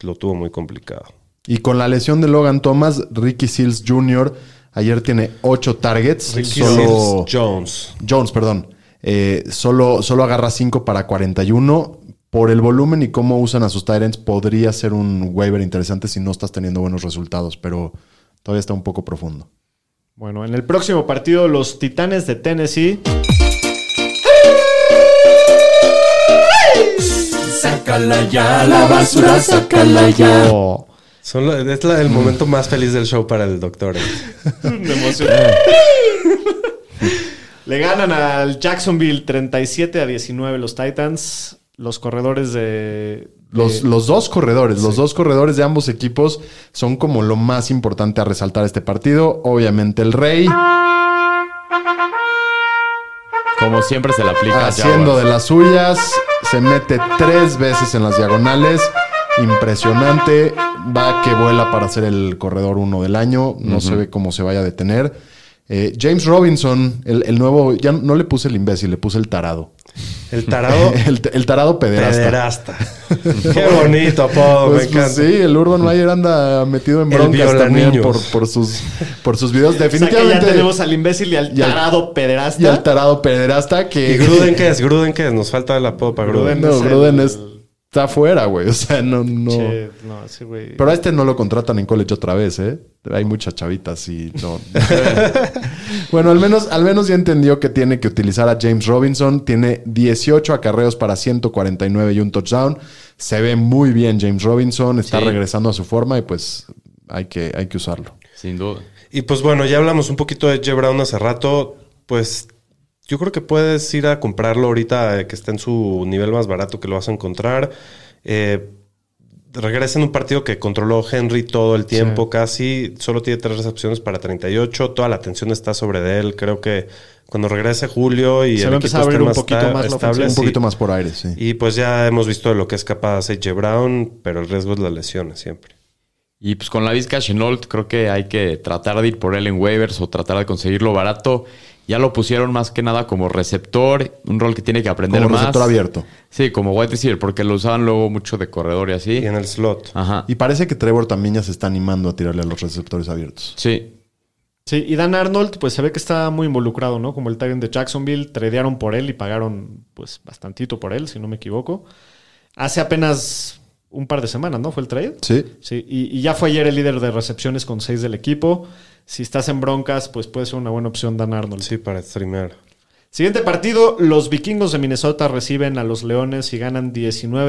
lo tuvo muy complicado. Y con la lesión de Logan Thomas, Ricky Seals Jr. ayer tiene 8 targets. Ricky solo Seals Jones. Jones, perdón. Eh, solo, solo agarra 5 para 41. Por el volumen y cómo usan a sus Tyrants, podría ser un waiver interesante si no estás teniendo buenos resultados, pero todavía está un poco profundo. Bueno, en el próximo partido, los Titanes de Tennessee Oh, Son lo- es Mm. la- el momento más feliz del show para el doctor. eh. Le ganan al Jacksonville 37 a 19 los Titans. Los corredores de... Eh, Los, los dos corredores, los dos corredores de ambos equipos son como lo más importante a resaltar este partido. Obviamente el Rey Como siempre se le aplica a haciendo Jaguars. de las suyas, se mete tres veces en las diagonales. Impresionante, va que vuela para ser el corredor uno del año, no se ve cómo se vaya a detener. Eh, James Robinson, el, el nuevo, ya no le puse el imbécil, le puse el tarado. El tarado El, el tarado pederasta. pederasta. Qué bonito, apodo, Pues, me pues, encanta. sí, el Urban Mayer anda metido en El broncas también violaniños. por, por, sus, por sus videos. O sea, que ya Definitivamente. tenemos al imbécil y al Y al- tarado pederasta. y al tarado pederasta que. ¿Y Gruden qué es? ¿Gruden qué es? Nos falta el apodo para Gruden. Gruden. No, es el- Gruden es- está afuera, güey. O sea, no, no. Che, no, sí, güey. Pero a este no lo contratan en college otra vez, ¿eh? Hay muchas chavitas y no. bueno, al menos, al menos ya entendió que tiene que utilizar a James Robinson. Tiene 18 acarreos para 149 y un touchdown. Se ve muy bien James Robinson. Está Sí. regresando a su forma y pues hay que, hay que usarlo. Sin duda. Y pues bueno, ya hablamos un poquito de Jeb Brown hace rato. Pues yo creo que puedes ir a comprarlo ahorita eh, que está en su nivel más barato que lo vas a encontrar. Eh, regresa en un partido que controló Henry todo el tiempo casi. Solo tiene tres recepciones para 38. Toda la atención está sobre de él. Creo que cuando regrese Julio y Se el va a equipo empezar a abrir esté un más poquito esta- más la estable, ofensiva. Un sí. poquito más por aire, sí. Y pues ya hemos visto de lo que es capaz AJ Brown, pero el riesgo es las lesiones siempre. Y pues con la Vizca Chenault creo que hay que tratar de ir por él en waivers o tratar de conseguirlo barato. Ya lo pusieron más que nada como receptor, un rol que tiene que aprender Como más. receptor abierto. Sí, como wide receiver, porque lo usaban luego mucho de corredor y así. Y en el slot. Ajá. Y parece que Trevor también ya se está animando a tirarle a los receptores abiertos. Sí. Sí, y Dan Arnold, pues se ve que está muy involucrado, ¿no? Como el Titan de Jacksonville, tradearon por él y pagaron, pues, bastantito por él, si no me equivoco. Hace apenas un par de semanas, ¿no? Fue el trade. Sí. Sí, y, y ya fue ayer el líder de recepciones con seis del equipo. Si estás en broncas, pues puede ser una buena opción Dan Arnold. Sí, para streamear. Siguiente partido, los vikingos de Minnesota reciben a los Leones y ganan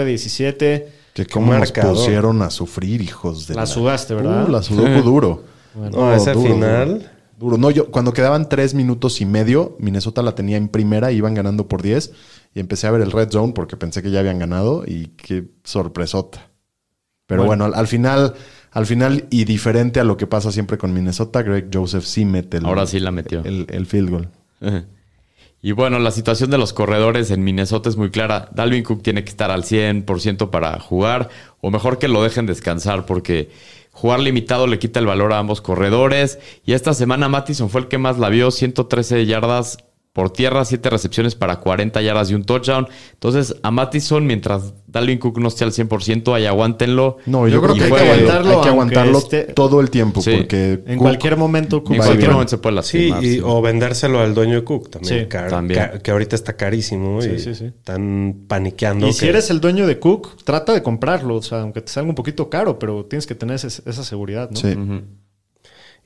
19-17. Que como nos marcador. pusieron a sufrir, hijos de La sudaste, ¿verdad? Uh, la sudó duro. No, ese final. Duro. Duro. No, yo cuando quedaban tres minutos y medio, Minnesota la tenía en primera, iban ganando por 10 y empecé a ver el red zone porque pensé que ya habían ganado y qué sorpresota. Pero bueno, al, al final, al final y diferente a lo que pasa siempre con Minnesota, Greg Joseph sí mete el, Ahora sí la metió. el, el field goal. Y bueno, la situación de los corredores en Minnesota es muy clara. Dalvin Cook tiene que estar al 100% para jugar, o mejor que lo dejen descansar, porque jugar limitado le quita el valor a ambos corredores. Y esta semana Mattison fue el que más la vio, 113 yardas por tierra, 7 recepciones para 40 yardas y un touchdown. Entonces, a Mattison, mientras Dalvin Cook no esté al 100%, ahí aguántenlo. No, yo, Yo creo que hay que juegue. aguantarlo, hay que aunque aguantarlo esté- todo el tiempo Sí. porque En Cook- cualquier momento, Cook En va cualquier bien. momento se puede Sí, lastimar. y- sí. o vendérselo al dueño de Cook también. Sí, car- también. ca- que ahorita está carísimo y Sí, sí, sí. están paniqueando. y que- si eres el dueño de Cook, trata de comprarlo. O sea, aunque te salga un poquito caro, pero tienes que tener ese- esa seguridad, ¿no? Sí.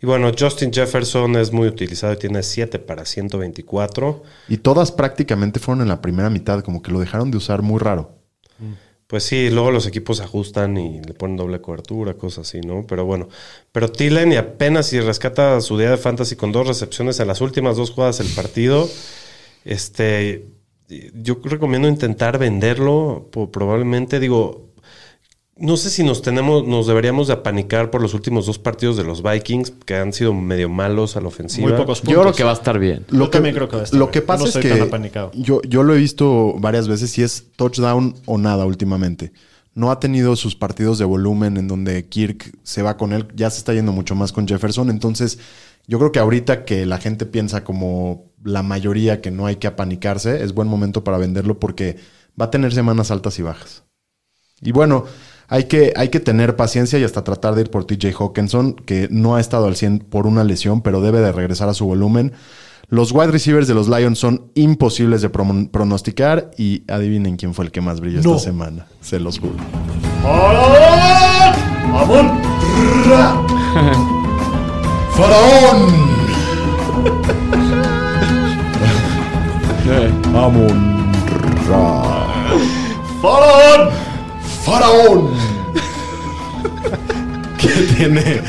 Y bueno, Justin Jefferson es muy utilizado y tiene 7 para 124. Y todas prácticamente fueron en la primera mitad, como que lo dejaron de usar muy raro. Pues sí, luego los equipos ajustan y le ponen doble cobertura, cosas así, ¿no? Pero bueno, pero Tillen y apenas si rescata su día de fantasy con dos recepciones en las últimas dos jugadas del partido, este, yo recomiendo intentar venderlo, po- probablemente digo, no sé si nos tenemos, nos deberíamos de apanicar por los últimos dos partidos de los Vikings que han sido medio malos a la ofensiva. Muy pocos puntos. Yo creo que va a estar bien. Yo también creo que va a estar Lo bien. que pasa No es soy que tan apanicado. Yo, yo lo he visto varias veces y es touchdown o nada últimamente. No ha tenido sus partidos de volumen en donde Kirk se va con él, ya se está yendo mucho más con Jefferson. Entonces, yo creo que ahorita que la gente piensa como la mayoría que no hay que apanicarse, es buen momento para venderlo porque va a tener semanas altas y bajas. Y bueno, hay que, hay que tener paciencia y hasta tratar de ir por TJ Hawkinson, que no ha estado al 100 por una lesión, pero debe de regresar a su volumen. Los wide receivers de los Lions son imposibles de promon- pronosticar y adivinen quién fue el que más brilló esta semana. Se los juro. ¡Ra! ¡Faraón! Eh. ¡Amon! Ra. ¡Faraón! ¡Faraón! ¿Qué tiene?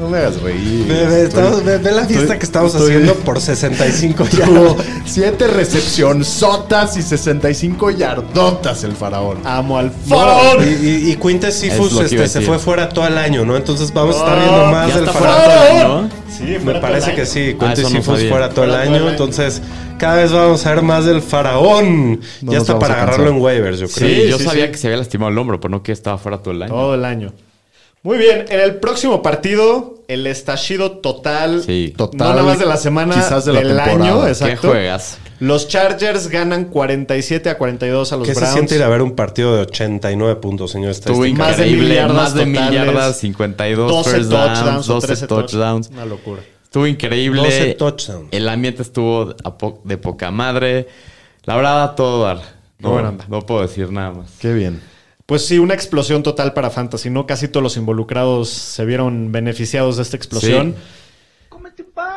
No me hagas reír. Ve, ve, estamos- ve- ve la fiesta estoy- que estamos estoy- haciendo por 65 yardas. Tuvo siete recepcionzotas y 65 yardotas el faraón. Amo al Y, y, y Quintes Sifus, Es lo que este, iba a se decir. fue fuera todo el año, ¿no? Entonces vamos a estar viendo más Ya del está fuera faraón. todo el año, ¿no? Me parece que sí, Ah, Quintes eso no Sifus sabía. fuera todo el año. Entonces cada vez vamos a ver más del faraón. No ya nos está vamos para a cansar. agarrarlo en waivers, yo creo. Sí, yo sí, sabía sí. que se había lastimado el hombro, pero no que estaba fuera todo el año. Todo el año. Muy bien, en el próximo partido, el estallido total, Sí. Total, no nada más de la semana, quizás de la del temporada. año, ¿Qué ¿Qué exacto. juegas? Los Chargers ganan 47 a 42 a los ¿Qué se Browns. siente ir a ver un partido de 89 puntos, señor Tuvo estadística? Más de mil increíble, yardas más de mil totales, yardas, 52 12 first touchdowns, downs, o 12 13 touchdowns. touchdowns. Una locura. Estuvo 12 increíble. touchdowns. El ambiente estuvo a po- de poca madre. La verdad, a todo dar. No, buena onda. no puedo decir nada más. Qué bien. Pues sí, una explosión total para Fantasy, ¿no? Casi todos los involucrados se vieron beneficiados de esta explosión.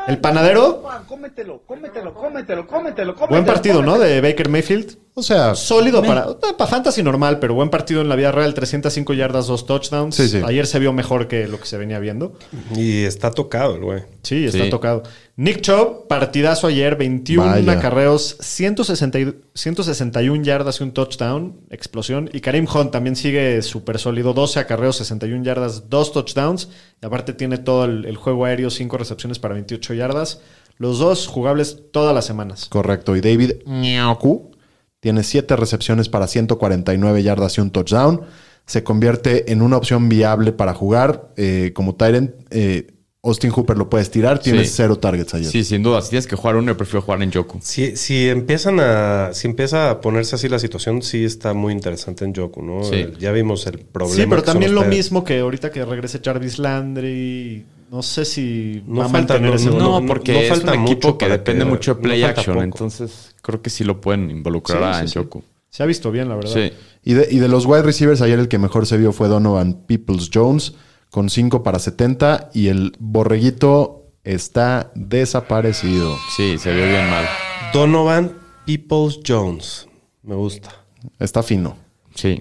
El panadero, Cómetelo, cómetelo, cómetelo, cómetelo, cómetelo. buen partido, ¿no? De Baker Mayfield. O sea, Sólido para, no, para Fantasy normal, pero buen partido en la vida real. 305 yardas, dos touchdowns. Sí, sí. Ayer se vio mejor que lo que se venía viendo. Y está tocado el güey. Sí, está Sí. tocado. Nick Chubb, partidazo ayer, 21 Vaya. acarreos, 160 y- 161 yardas y un touchdown, explosión. Y Karim Hunt también sigue súper sólido, 12 acarreos, 61 yardas, 2 touchdowns. Y aparte tiene todo el, el juego aéreo, 5 recepciones para 28 yardas. Los dos jugables todas las semanas. correcto. Y David Njoku tiene siete recepciones para 149 yardas y un touchdown. Se convierte en una opción viable para jugar. Eh, como Tyrant, eh, Austin Hooper lo puedes tirar. Tienes Sí. cero targets ayer. Sí, sin duda. Si tienes que jugar uno, yo prefiero jugar en Joku. Si, si empiezan a, si empieza a ponerse así la situación, sí está muy interesante en Joku, ¿no? Sí. El- Ya vimos el problema. Sí, pero que son también los lo Pats. mismo que ahorita que regrese Jarvis Landry. No sé si No va a falta- mantener no- ese no, volumen. No, porque no es falta un mucho equipo que para depende que- mucho de no play falta action. poco. Entonces, creo que sí lo pueden involucrar Sí, a sí, sí. Njoku. Se ha visto bien, la verdad. Sí. Y de, y de los wide receivers, ayer el que mejor se vio fue Donovan Peoples Jones con 5 para 70 y el borreguito está desaparecido. sí, se vio bien mal. Donovan Peoples Jones. Me gusta. Está fino. Sí.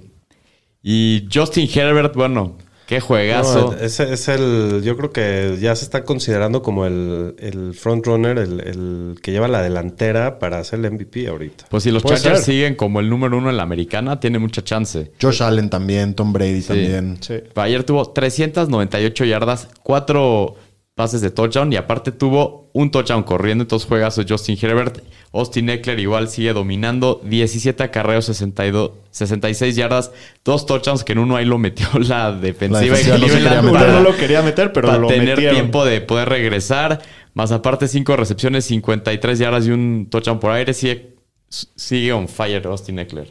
Y Justin Herbert, bueno, qué juegazo. No, ese es el. Yo creo que ya se está considerando como el, el frontrunner, el, el que lleva la delantera para hacer el MVP ahorita. pues si los Puede Chargers ser. siguen como el número uno en la americana, tiene mucha chance. Josh Allen también, Tom Brady también. Sí. Ayer tuvo 398 yardas, cuatro pases de touchdown y aparte tuvo un touchdown corriendo. Entonces juegazo Justin Herbert. Austin Eckler igual sigue dominando. 17 acarreos, 62, 66 yardas, dos touchdowns que en uno ahí lo metió la defensiva. La defensiva de no se quería Cleveland meter. para- Uno no lo quería meter, pero para lo tener metieron. tiempo de poder regresar. Más aparte, cinco recepciones, 53 yardas y un touchdown por aire. Sigue, sigue on fire Austin Eckler.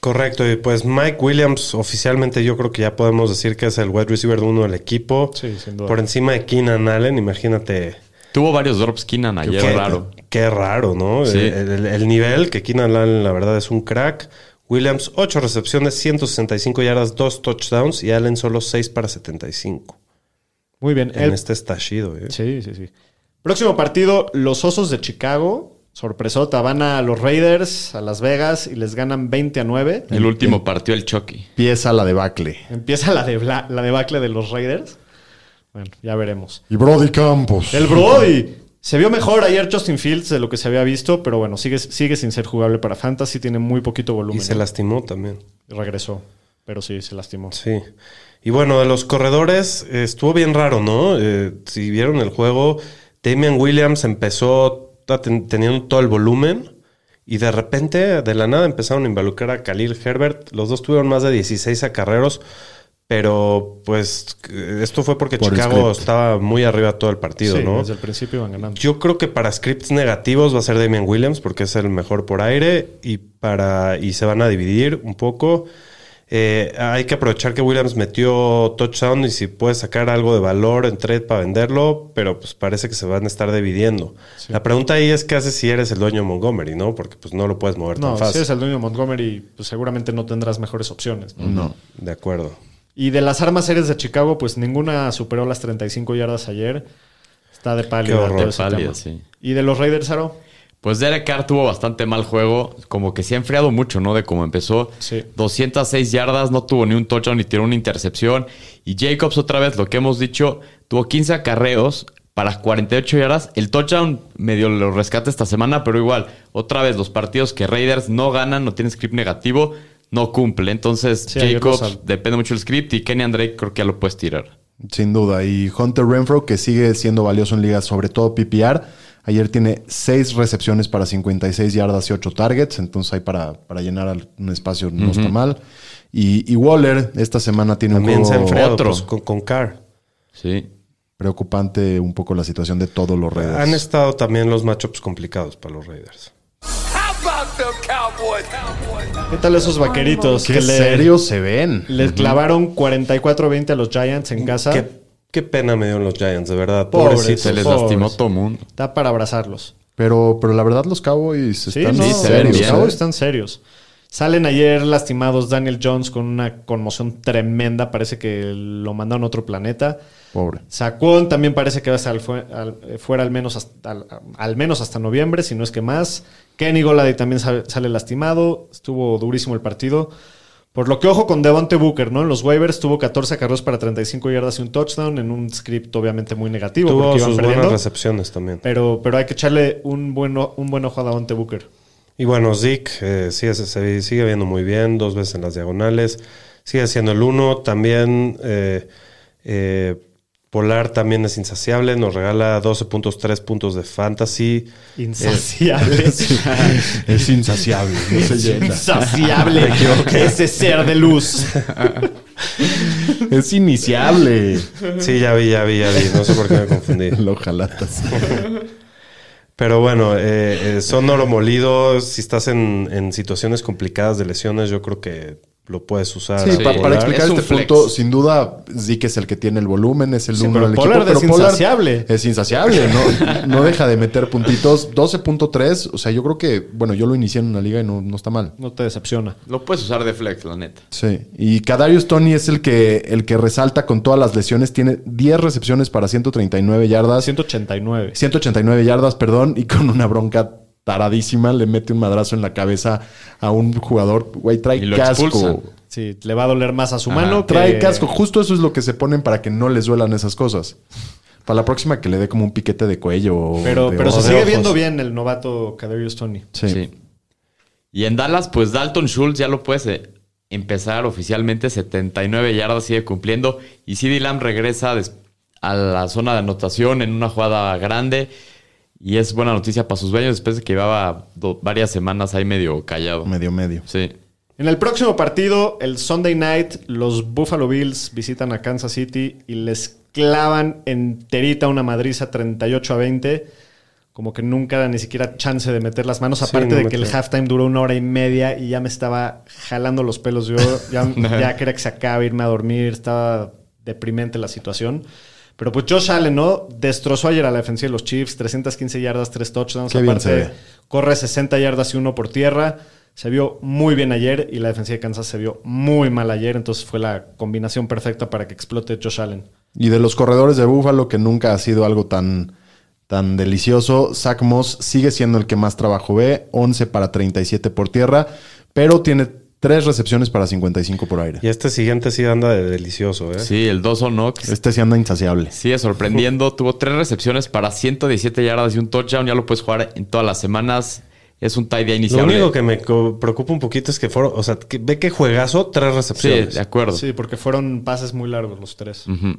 Correcto, y pues Mike Williams oficialmente yo creo que ya podemos decir que es el wide receiver de uno del equipo. Sí, sin duda. Por encima de Keenan Allen, imagínate. Tuvo varios drops Keenan ayer, qué raro. Qué raro, ¿no? Sí. El, el- el nivel que Keenan Allen la verdad es un crack. Williams 8 recepciones, 165 yardas, 2 touchdowns y Allen solo 6 para 75. Muy bien. En El- este estallido. ¿eh? Sí, sí, sí. Próximo partido, los Osos de Chicago. Sorpresota, van a los Raiders, a Las Vegas y les ganan 20 a 9. El último partió el Chucky. Pieza la debacle. Empieza la, de la debacle de los Raiders. Bueno, ya veremos. Y Brody Campos. El Brody. Se vio mejor ayer Justin Fields de lo que se había visto, pero bueno, sigue, sigue sin ser jugable para Fantasy, tiene muy poquito Y volumen. se lastimó también. Regresó, pero sí, se lastimó. Sí. Y bueno, de los corredores eh, estuvo bien raro, ¿no? Eh, si vieron el juego, Damian Williams empezó ta- ten- teniendo todo el volumen y de repente, de la nada, empezaron a involucrar a Khalil Herbert. Los dos tuvieron más de 16 acarreos, pero pues eh, esto fue porque Por el Chicago script. estaba muy arriba todo el partido, Sí, ¿no? desde el principio iban ganando. Yo creo que para scripts negativos va a ser Damian Williams porque es el mejor por aire y para y se van a dividir un poco. Eh, hay que aprovechar que Williams metió touchdown y si puede sacar algo de valor en trade para venderlo, pero pues parece que se van a estar dividiendo. La pregunta ahí es qué haces si eres el dueño de Montgomery, ¿no? Porque pues no lo puedes mover No, tan si fácil. eres el dueño de Montgomery, pues seguramente no tendrás mejores opciones. ¿no? No. De acuerdo. Y de las armas aéreas de Chicago, pues ninguna superó las 35 yardas ayer. Está de pálida. Qué horror. todo ese De pálida, tema. sí. ¿Y de los Raiders, Aro? Pues Derek Carr tuvo bastante mal juego, como que se ha enfriado mucho, ¿no? De cómo empezó. Sí. 206 yardas, no tuvo ni un touchdown ni tiró una intercepción. Y Jacobs, otra vez, lo que hemos dicho, tuvo 15 acarreos para 48 yardas. El touchdown medio lo rescata esta semana, pero igual, otra vez, los partidos que Raiders no ganan, no tienen script negativo, no cumple. Entonces, Sí, ayer lo Jacobs sal- depende mucho del script y Kenny Drake creo que ya lo puedes tirar. Sin duda. Y Hunter Renfro, que sigue siendo valioso en ligas, sobre todo PPR. Ayer tiene 6 recepciones para 56 yardas y 8 targets. Entonces ahí para, para llenar al- un espacio no está mal. Y, y Waller esta semana tiene También un se ha juego... enfriado Otro. pues, con, con Carr. Sí. preocupante un poco la situación de todos los Raiders. Han estado también los matchups complicados para los Raiders. ¿Qué tal esos vaqueritos? Qué que le- serios se ven. Les clavaron 44-20 a los Giants en casa. Qué, qué pena me dieron los Giants, de verdad. Pobres, Pobrecitos. Se les Pobres. lastimó todo mundo. Está para abrazarlos. Pero, pero la verdad, los Cowboys Sí, están no, Sí, se ven serios. bien. los Cowboys ¿eh? están serios. Salen ayer lastimados Daniel Jones con una conmoción tremenda. Parece que lo mandaron a otro planeta. Pobre. Sacón también parece que va a estar al fue- al- eh, fuera al menos, hasta, al, al menos hasta noviembre, si no es que más. Kenny Goladay también sale, sale lastimado. Estuvo durísimo el partido. Por lo que ojo con Devonte Booker, ¿no? En los waivers tuvo 14 carros para 35 yardas y un touchdown en un script obviamente muy negativo Tuvo porque iban sus buenas perdiendo. recepciones también. Pero, pero hay que echarle un buen, o- un buen ojo a Devonte Booker. Y bueno, Zeke eh, sigue, se sigue viendo muy bien, dos veces en las diagonales, sigue siendo el uno. También eh, eh, Polar también es insaciable, nos regala 12 puntos, 3 puntos de fantasy. Insaciable. Es insaciable. no se llena. Insaciable. Ese ser de luz. es iniciable. Sí, ya vi, ya vi, ya vi, no sé por qué me confundí. Lo jalatas. Pero bueno, eh, eh, son oro molido, si estás en, en situaciones complicadas de lesiones, yo creo que lo puedes usar. Sí, a pa- para Pollard. explicar Es un este flex. punto, sin duda, Zeke es el que tiene el volumen, es el Sí, número pero del Pollard equipo. es insaciable. Es insaciable, ¿no? no deja de meter puntitos. 12.3, o sea, yo creo que, bueno, yo lo inicié en una liga y no, no está mal. No te decepciona. Lo puedes usar de flex, la neta. Sí, y Kadarius Tony es el que, el que resalta con todas las lesiones. Tiene 10 recepciones para 139 yardas. 189. 189 yardas, perdón, y con una bronca taradísima le mete un madrazo en la cabeza a un jugador. Güey, Y trae lo casco. expulsan. Sí, le va a doler más a su Ajá. mano. que- Eh, Trae casco. Justo eso es lo que se ponen para que no les duelan esas cosas. Para la próxima que le dé como un piquete de cuello. o Pero, de pero se ojo. sigue ojos. viendo bien el novato Caderius Tony. Sí. Y en Dallas, pues Dalton Schultz ya lo puedes eh, empezar oficialmente. 79 yardas sigue cumpliendo. Y CD Lamb regresa des- a la zona de anotación en una jugada grande. Y es buena noticia para sus dueños después de que llevaba do- varias semanas ahí medio callado. Medio, medio. Sí. En el próximo partido, el Sunday night, los Buffalo Bills visitan a Kansas City y les clavan enterita una madriza 38 a 20. Como que nunca era ni siquiera chance de meter las manos. Sí, Aparte no de que el metió. halftime duró una hora y media y ya me estaba jalando los pelos. Yo ya, ya quería que se acabe, irme a dormir. Estaba deprimente la situación. Pero pues Josh Allen, ¿no? Destrozó ayer a la defensa de los Chiefs. 315 yardas, 3 touchdowns. Qué bien se ve. Corre 60 yardas y uno por tierra. Se vio muy bien ayer y la defensa de Kansas se vio muy mal ayer. Entonces fue la combinación perfecta para que explote Josh Allen. Y de los corredores de Búfalo, que nunca ha sido algo tan, tan delicioso, Zach Moss sigue siendo el que más trabajo ve, 11 para 37 por tierra, pero tiene tres recepciones para 55 por aire. Y este siguiente sí anda de delicioso, ¿eh? Sí, el Dawson Knox Este sí anda insaciable. sigue sorprendiendo. Tuvo tres recepciones para 117 yardas y un touchdown. Ya lo puedes jugar en todas las semanas. Es un tight end Lo iniciable. único que me co- preocupa un poquito es que fueron, o sea, que- ve que juegazo, tres Sí, recepciones. de acuerdo. Sí, porque fueron pases muy largos los tres. Ujú.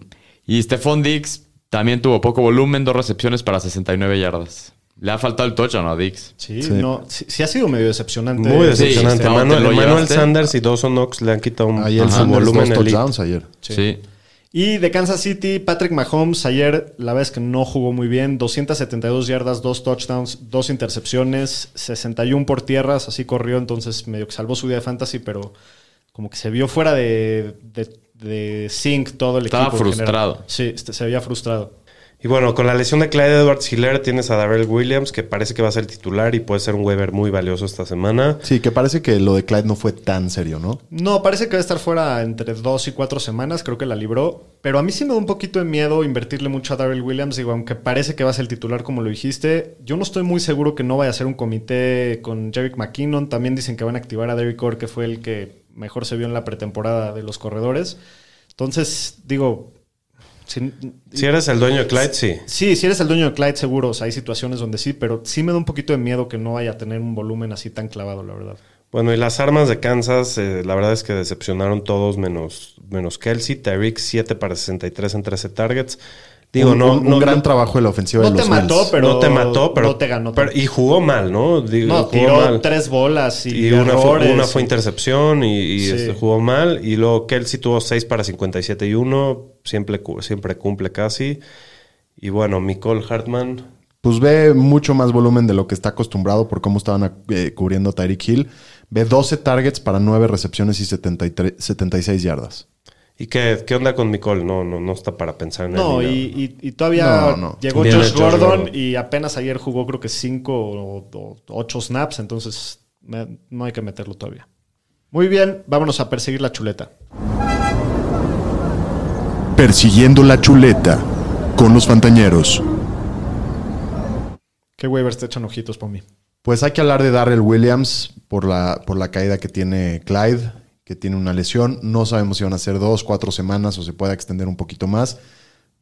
Y Stephon Dix también tuvo poco volumen, dos recepciones para 69 yardas. Le ha faltado el touchdown a Dix. Sí, Sí. no, sí, sí ha sido medio decepcionante. Muy Sí, decepcionante. sí, Manuel, ¿te lo Manuel llevaste? Sanders y Dawson Knox le han quitado un Ahí el ajá, Sanders, dos volumen elite. touchdowns ayer. Sí. Y de Kansas City, Patrick Mahomes ayer, la vez que no jugó muy bien, 272 yardas, dos touchdowns, dos intercepciones, 61 por tierras, así corrió, entonces medio que salvó su día de fantasy, pero como que se vio fuera de, de, de sync todo el Estaba equipo. en frustrado. general. Sí, este, se había frustrado. Y bueno, con la lesión de Clyde Edwards Hiller tienes a Darrell Williams, que parece que va a ser titular y puede ser un waiver muy valioso esta semana. Sí, que parece que lo de Clyde no fue tan serio, ¿no? No, parece que va a estar fuera entre dos y cuatro semanas, creo que la libró. Pero a mí sí me da un poquito de miedo invertirle mucho a Darrell Williams, digo, aunque parece que va a ser el titular como lo dijiste, yo no estoy muy seguro que no vaya a ser un comité con Jerick McKinnon. También dicen que van a activar a Derrick Orr, que fue el que mejor se vio en la pretemporada de los corredores. Entonces, digo, si- Si eres el dueño de Clyde, sí. sí, si eres el dueño de Clyde, seguro, o sea, hay situaciones donde sí, pero sí me da un poquito de miedo que no vaya a tener un volumen así tan clavado, la verdad. Bueno, y las armas de Kansas, eh, la verdad es que decepcionaron todos menos, menos Kelsey. Tyreek 7 para 63 en 13 targets. Digo, un, no, un- un no- gran no- trabajo de la ofensiva No de te los mató, Bills. pero no te mató, pero, no te ganó pero- y jugó mal, ¿no? Digo, No, jugó tiró mal. tres bolas y, Y una fue, errores. una fue intercepción y, y, Sí. este, jugó mal. Y luego Kelsey tuvo 6 para 57 y 1. Siempre, cu- siempre cumple casi. Y bueno, Nicole Hartman. Pues ve mucho más volumen de lo que está acostumbrado por cómo estaban eh, cubriendo a Tyreek Hill. Ve 12 targets para 9 recepciones y 73, 76 yardas. ¿Y qué, qué onda con Nicole? No, no, no está para pensar en él No, ni y, nada. y- y todavía No, no. llegó Viene Josh, Josh Gordon, Gordon. y apenas ayer jugó creo que cinco o, o ocho snaps, entonces me- no hay que meterlo todavía. Muy bien, vámonos a perseguir la chuleta. Persiguiendo la chuleta con los fantañeros. Qué waivers te echan ojitos por mí. Pues hay que hablar de Darrell Williams por la, por la caída que tiene Clyde, que tiene una lesión. No sabemos si van a ser dos, cuatro semanas o se pueda extender un poquito más.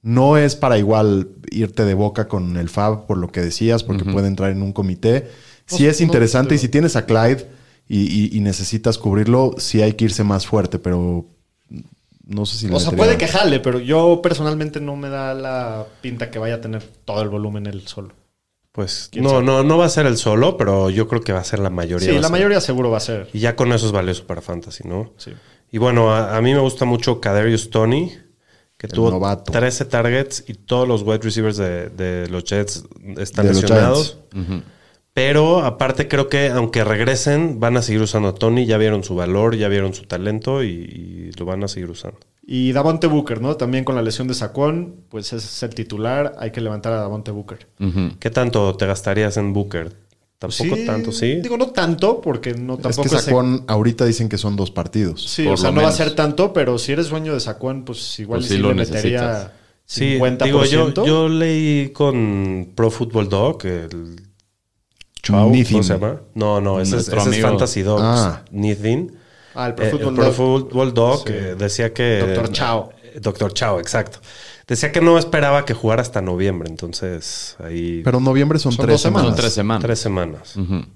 No es para igual irte de boca con el Fab por lo que decías, porque puede entrar en un comité. Si No, es no, interesante pero- y si tienes a Clyde y, y- y necesitas cubrirlo, sí hay que irse más fuerte, pero no sé si le O sea, metería- puede que jale, pero yo personalmente no me da la pinta que vaya a tener todo el volumen él solo. Pues ¿Quién no, sabe? no, no va a ser el solo, pero yo creo que va a ser la mayoría. Sí, va a la ser. mayoría seguro va a ser. Y ya con eso es valioso para Fantasy, ¿no? Sí. Y bueno, a, a mí me gusta mucho Caderius Tony, que tuvo novato. 13 targets y todos los wide receivers de, de los Jets están De los lesionados. Pero aparte creo que aunque regresen, van a seguir usando a Tony. Ya vieron su valor, ya vieron su talento y, y lo van a seguir usando. Y Davante Booker, ¿no? También con la lesión de Sacón, pues ese es el titular, hay que levantar a Davante Booker. ¿Qué tanto te gastarías en Booker? Tampoco tanto, ¿sí? Digo, no tanto, porque no Es tampoco que es Saquon ahorita dicen que son dos partidos. Sí, Por o sea, lo no va a menos. ser tanto, pero si eres dueño de Saquon, pues igual Pues sí, sí lo lo le metería necesitas. 50%. Sí, digo, yo, yo leí con Pro Football Dog, el Chau, Nithin. ¿cómo se llama? No, no, ese, es, Nuestro ese es amigo. Fantasy Dogs. Ah. Nithin. Ah, el Pro Eh, el Football Pro Dog. Football Dog Sí. eh, decía que. Doctor Chao. Eh, Doctor Chao, exacto. Decía que no esperaba que jugara hasta noviembre, entonces ahí. Pero en noviembre son, Son tres dos semanas. semanas. Son tres semanas. tres semanas.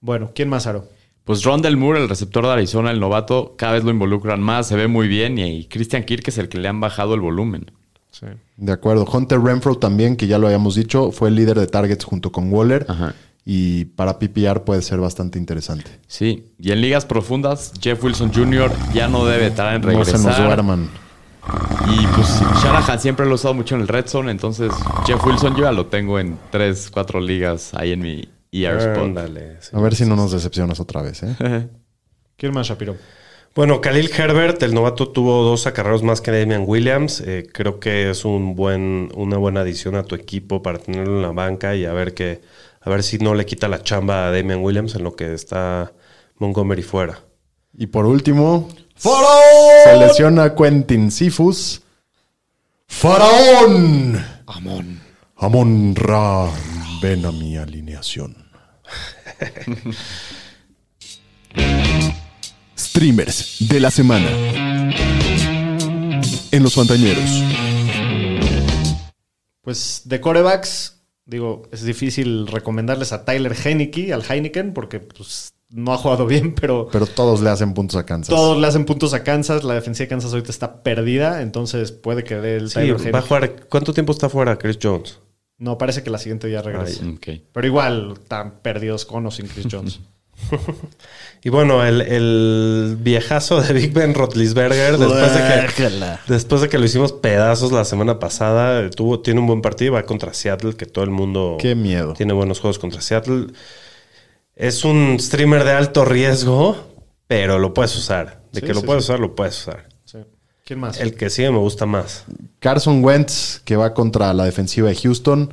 Bueno, ¿quién más, Aro? Pues Rondell Moore, el receptor de Arizona, el novato, cada vez lo involucran más, se ve muy bien. Y, y Christian Kirk es el que le han bajado el volumen. Sí. De acuerdo. Hunter Renfro también, que ya lo habíamos dicho, fue el líder de targets junto con Waller. Ajá. Y para PPR puede ser bastante interesante. Sí. Y en ligas profundas, Jeff Wilson Jr. ya no debe estar en No regresar. se nos duerman. Y pues Shanahan siempre lo ha usado mucho en el Red Zone, entonces Jeff Wilson yo ya lo tengo en 3, 4 ligas ahí en mi ER spot. Ándale, sí. A ver si no nos decepcionas otra vez. ¿eh? ¿Quién más, Shapiro? Bueno, Khalil Herbert, el novato, tuvo dos acarreos más que Damian Williams. Eh, creo que es un buen, una buena adición a tu equipo para tenerlo en la banca y a ver que, a ver si no le quita la chamba a Damian Williams en lo que está Montgomery fuera. Y por último, se lesiona Quentin Sifus. ¡Faraón! Amon. Amon Ra. Ven a mi alineación. Streamers de la semana. En los Fantañeros. Pues de corebacks, digo, es difícil recomendarles a Tyler Heineke, al Heineken, porque pues, no ha jugado bien, pero Pero todos le hacen puntos a Kansas. todos le hacen puntos a Kansas. La defensiva de Kansas ahorita está perdida, entonces puede que dé el Sí, Tyler va a Heineke. jugar. ¿Cuánto tiempo está fuera Chris Jones? No, parece que la siguiente día regresa. Mm, ok. Pero igual, están perdidos con o sin Chris Jones. Y bueno, el, el viejazo de Big Ben Rotlisberger, después de, Guácala. que, después de que lo hicimos pedazos la semana pasada, eh, tuvo, tiene un buen partido y va contra Seattle, que todo el mundo Qué miedo. tiene buenos juegos contra Seattle. Es un streamer de alto riesgo, pero lo puedes usar. De Sí, que lo sí, puedes sí. usar, lo puedes usar. Sí. ¿Quién más? El que sigue me gusta más. Carson Wentz, que va contra la defensiva de Houston,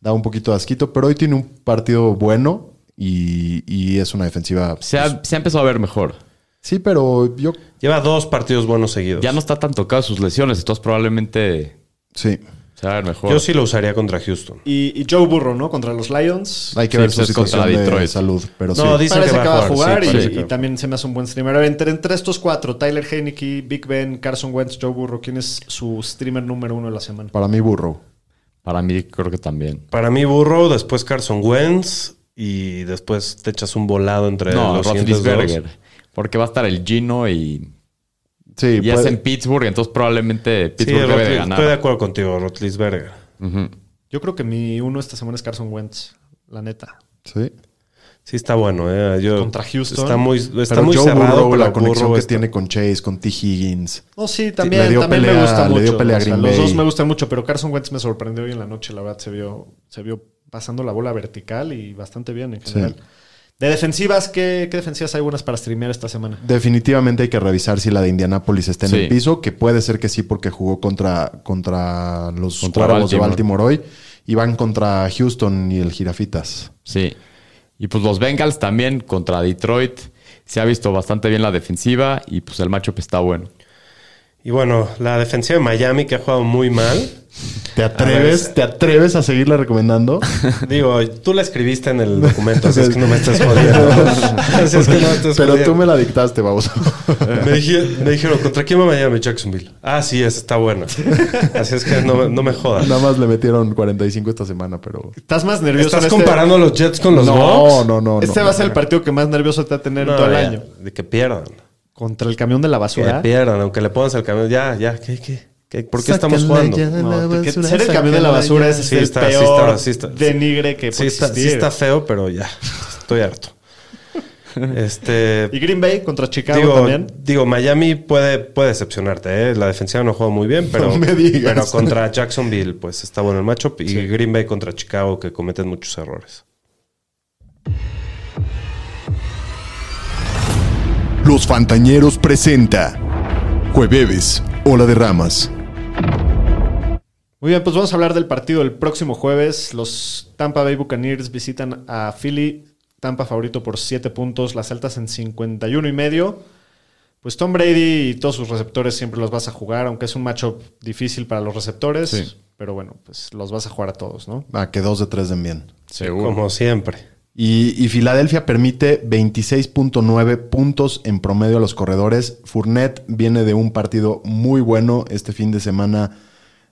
da un poquito de asquito, pero hoy tiene un partido bueno y, y es una defensiva. pues, Se ha, se ha empezado a ver mejor. Sí, pero yo. Lleva dos partidos buenos seguidos. Ya no está tan tocado sus lesiones, entonces probablemente Sí. se va a ver mejor. Yo sí lo usaría contra Houston. Y, y Joe Burrow, ¿no? Contra los Lions. Hay que Sí, ver pues su es contra situación de Detroit. salud. Pero No, sí. dicen parece que va a jugar, sí, y- parece que y, va a también se me hace un buen streamer. A ver, entre, entre estos cuatro, Tyler Heineke, Big Ben, Carson Wentz, Joe Burrow, ¿quién es su streamer número uno de la semana? Para mí, burro. Para mí creo que también. Para mí, Burrow, después Carson Wentz y después te echas un volado entre No, los siguientes dos. Roethlisberger. Porque va a estar el Gino y Sí, y es puede- en Pittsburgh, entonces probablemente Sí, Pittsburgh debe Rotlis- de estoy de ganar. acuerdo contigo, Rotlisberger. Ujú. Yo creo que mi uno esta semana es Carson Wentz, la neta. sí. Sí, está bueno. eh. Yo- Contra Houston. Está muy, está Pero muy Joe cerrado. Burrow, pero la conexión Burrow que está- tiene con Chase, con T. Higgins. No, sí, también, le dio también pelea- me gusta le mucho. dio pelea a O sea, Green los Bay. dos me gustan mucho, pero Carson Wentz me sorprendió hoy en la noche, la verdad, se vio, se vio pasando la bola vertical y bastante bien en general. De defensivas, ¿qué, qué defensivas hay buenas para streamear esta semana? Definitivamente hay que revisar si la de Indianápolis está en Sí. el piso, que puede ser que sí, porque jugó contra, contra los Contra cuervos de Baltimore. Baltimore hoy. Y van contra Houston y el Girafitas. Sí. Y pues los Bengals también contra Detroit. Se ha visto bastante bien la defensiva y pues el matchup está bueno. Y bueno, la defensiva de Miami que ha jugado muy mal. ¿Te atreves, ¿Te atreves a seguirla recomendando? Digo, tú la escribiste en el documento, así es que no me estás jodiendo. Así es que no me estás Pero tú jodiendo. me la dictaste, baboso. Me, dije- me dijeron, ¿contra quién va Miami? Jacksonville. Ah, sí, esa está buena. Así es que no, no me jodas. Nada más le metieron 45 esta semana, pero. ¿Estás más nervioso? ¿Estás en este- comparando a los Jets con los No, Bucks? no, no. Este no, va a no. ser el partido que más nervioso te va a tener No, todo el ya, año. De que pierdan. Contra el camión de la Que basura. pierdan, aunque le pongas el camión. Ya, ya, ¿qué, qué? qué? por qué estamos Sácala jugando? ya de la No, que basura, ser el camión de la sácala basura ya. es Sí, el está, sí está, peor sí está. denigre que Sí puede está, sí existir. está feo, pero ya, estoy harto. Este, Y Green Bay contra Chicago digo, también. digo, Miami puede, puede decepcionarte, ¿eh? la defensiva no juega muy bien, pero, No me digas. pero contra Jacksonville pues está bueno el matchup y Green Bay contra Chicago que cometen muchos errores. Los Fantañeros presenta Jueves, Ola de Ramas. Muy bien, pues vamos a hablar del partido el próximo jueves. Los Tampa Bay Buccaneers visitan a Philly. Tampa favorito por 7 puntos, las altas en 51 y medio. Pues Tom Brady y todos sus receptores siempre los vas a jugar, aunque es un matchup difícil para los receptores. Sí. Pero bueno, pues los vas a jugar a todos, ¿no? Ah, que dos de tres den bien. Uh. Seguro. Como siempre. Y, y Filadelfia permite 26.9 puntos en promedio a los corredores. Fournette viene de un partido muy bueno este fin de semana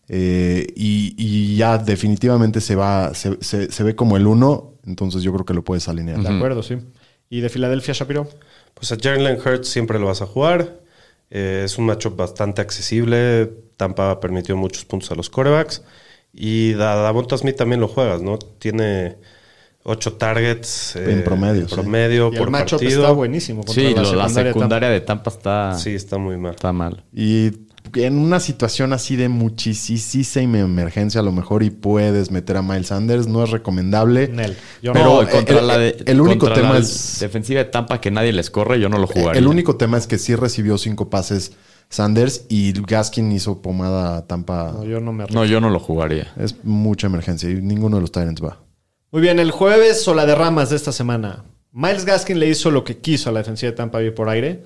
eh, y, y ya definitivamente se va, se, se- se ve como el uno. Entonces yo creo que lo puedes alinear. De acuerdo, sí. Y de Filadelfia, Shapiro. Pues a Jalen Hurts siempre lo vas a jugar. Eh, es un matchup bastante accesible. Tampa permitió muchos puntos a los corebacks. Y a Davonta Smith también lo juegas, ¿no? Tiene ocho targets. En promedio, en sí. promedio Y por el matchup partido. está buenísimo. Contra Sí, la secundaria, lo- la de Tampa. secundaria de Tampa está, Sí, está muy mal. está mal. Y en una situación así de muchísima emergencia, a lo mejor y puedes meter a Miles Sanders, no es recomendable. Nel, yo no. Pero No, contra el- la de- el- el único contra la tema es- defensiva de Tampa que nadie les corre, yo no lo jugaría. El único tema es que sí recibió cinco pases Sanders y Gaskin hizo pomada a Tampa. No, yo no me arriesgo. No, yo no lo jugaría. Es mucha emergencia y ninguno de los Tyrants va. Muy bien, el jueves o la de ramas de esta semana. Miles Gaskin le hizo lo que quiso a la defensiva de Tampa Bay por aire.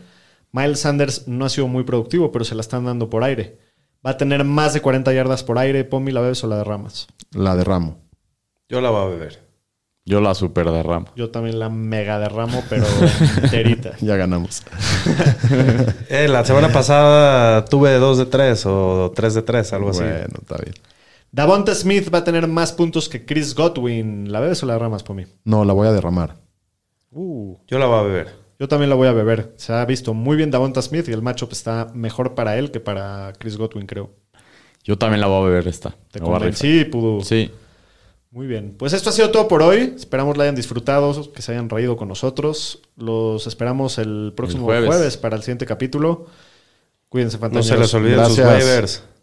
Miles Sanders no ha sido muy productivo, pero se la están dando por aire. Va a tener más de 40 yardas por aire. Pomi, la bebes o la de ramas. La de Ramo. Yo la voy a beber. Yo la super derramo. Yo también la mega derramo, pero enterita. Ya ganamos. Eh, la semana pasada tuve dos de tres o tres de tres, algo así. Bueno, está bien. Davonta Smith va a tener más puntos que Chris Godwin. ¿La bebes o la de ramas, Pomi? No, la voy a derramar. Uh, Yo la voy a beber. yo también la voy a beber. Se ha visto muy bien Davonta Smith y el matchup está mejor para él que para Chris Godwin, creo. Yo también la voy a beber esta. Te Me voy a convencí, pudo. rifar. Sí. Muy bien, pues esto ha sido todo por hoy. Esperamos la hayan disfrutado, que se hayan reído con nosotros. Los esperamos el próximo jueves. jueves. para el siguiente capítulo. Cuídense, No se fantasmas. les olviden sus Gracias. waivers.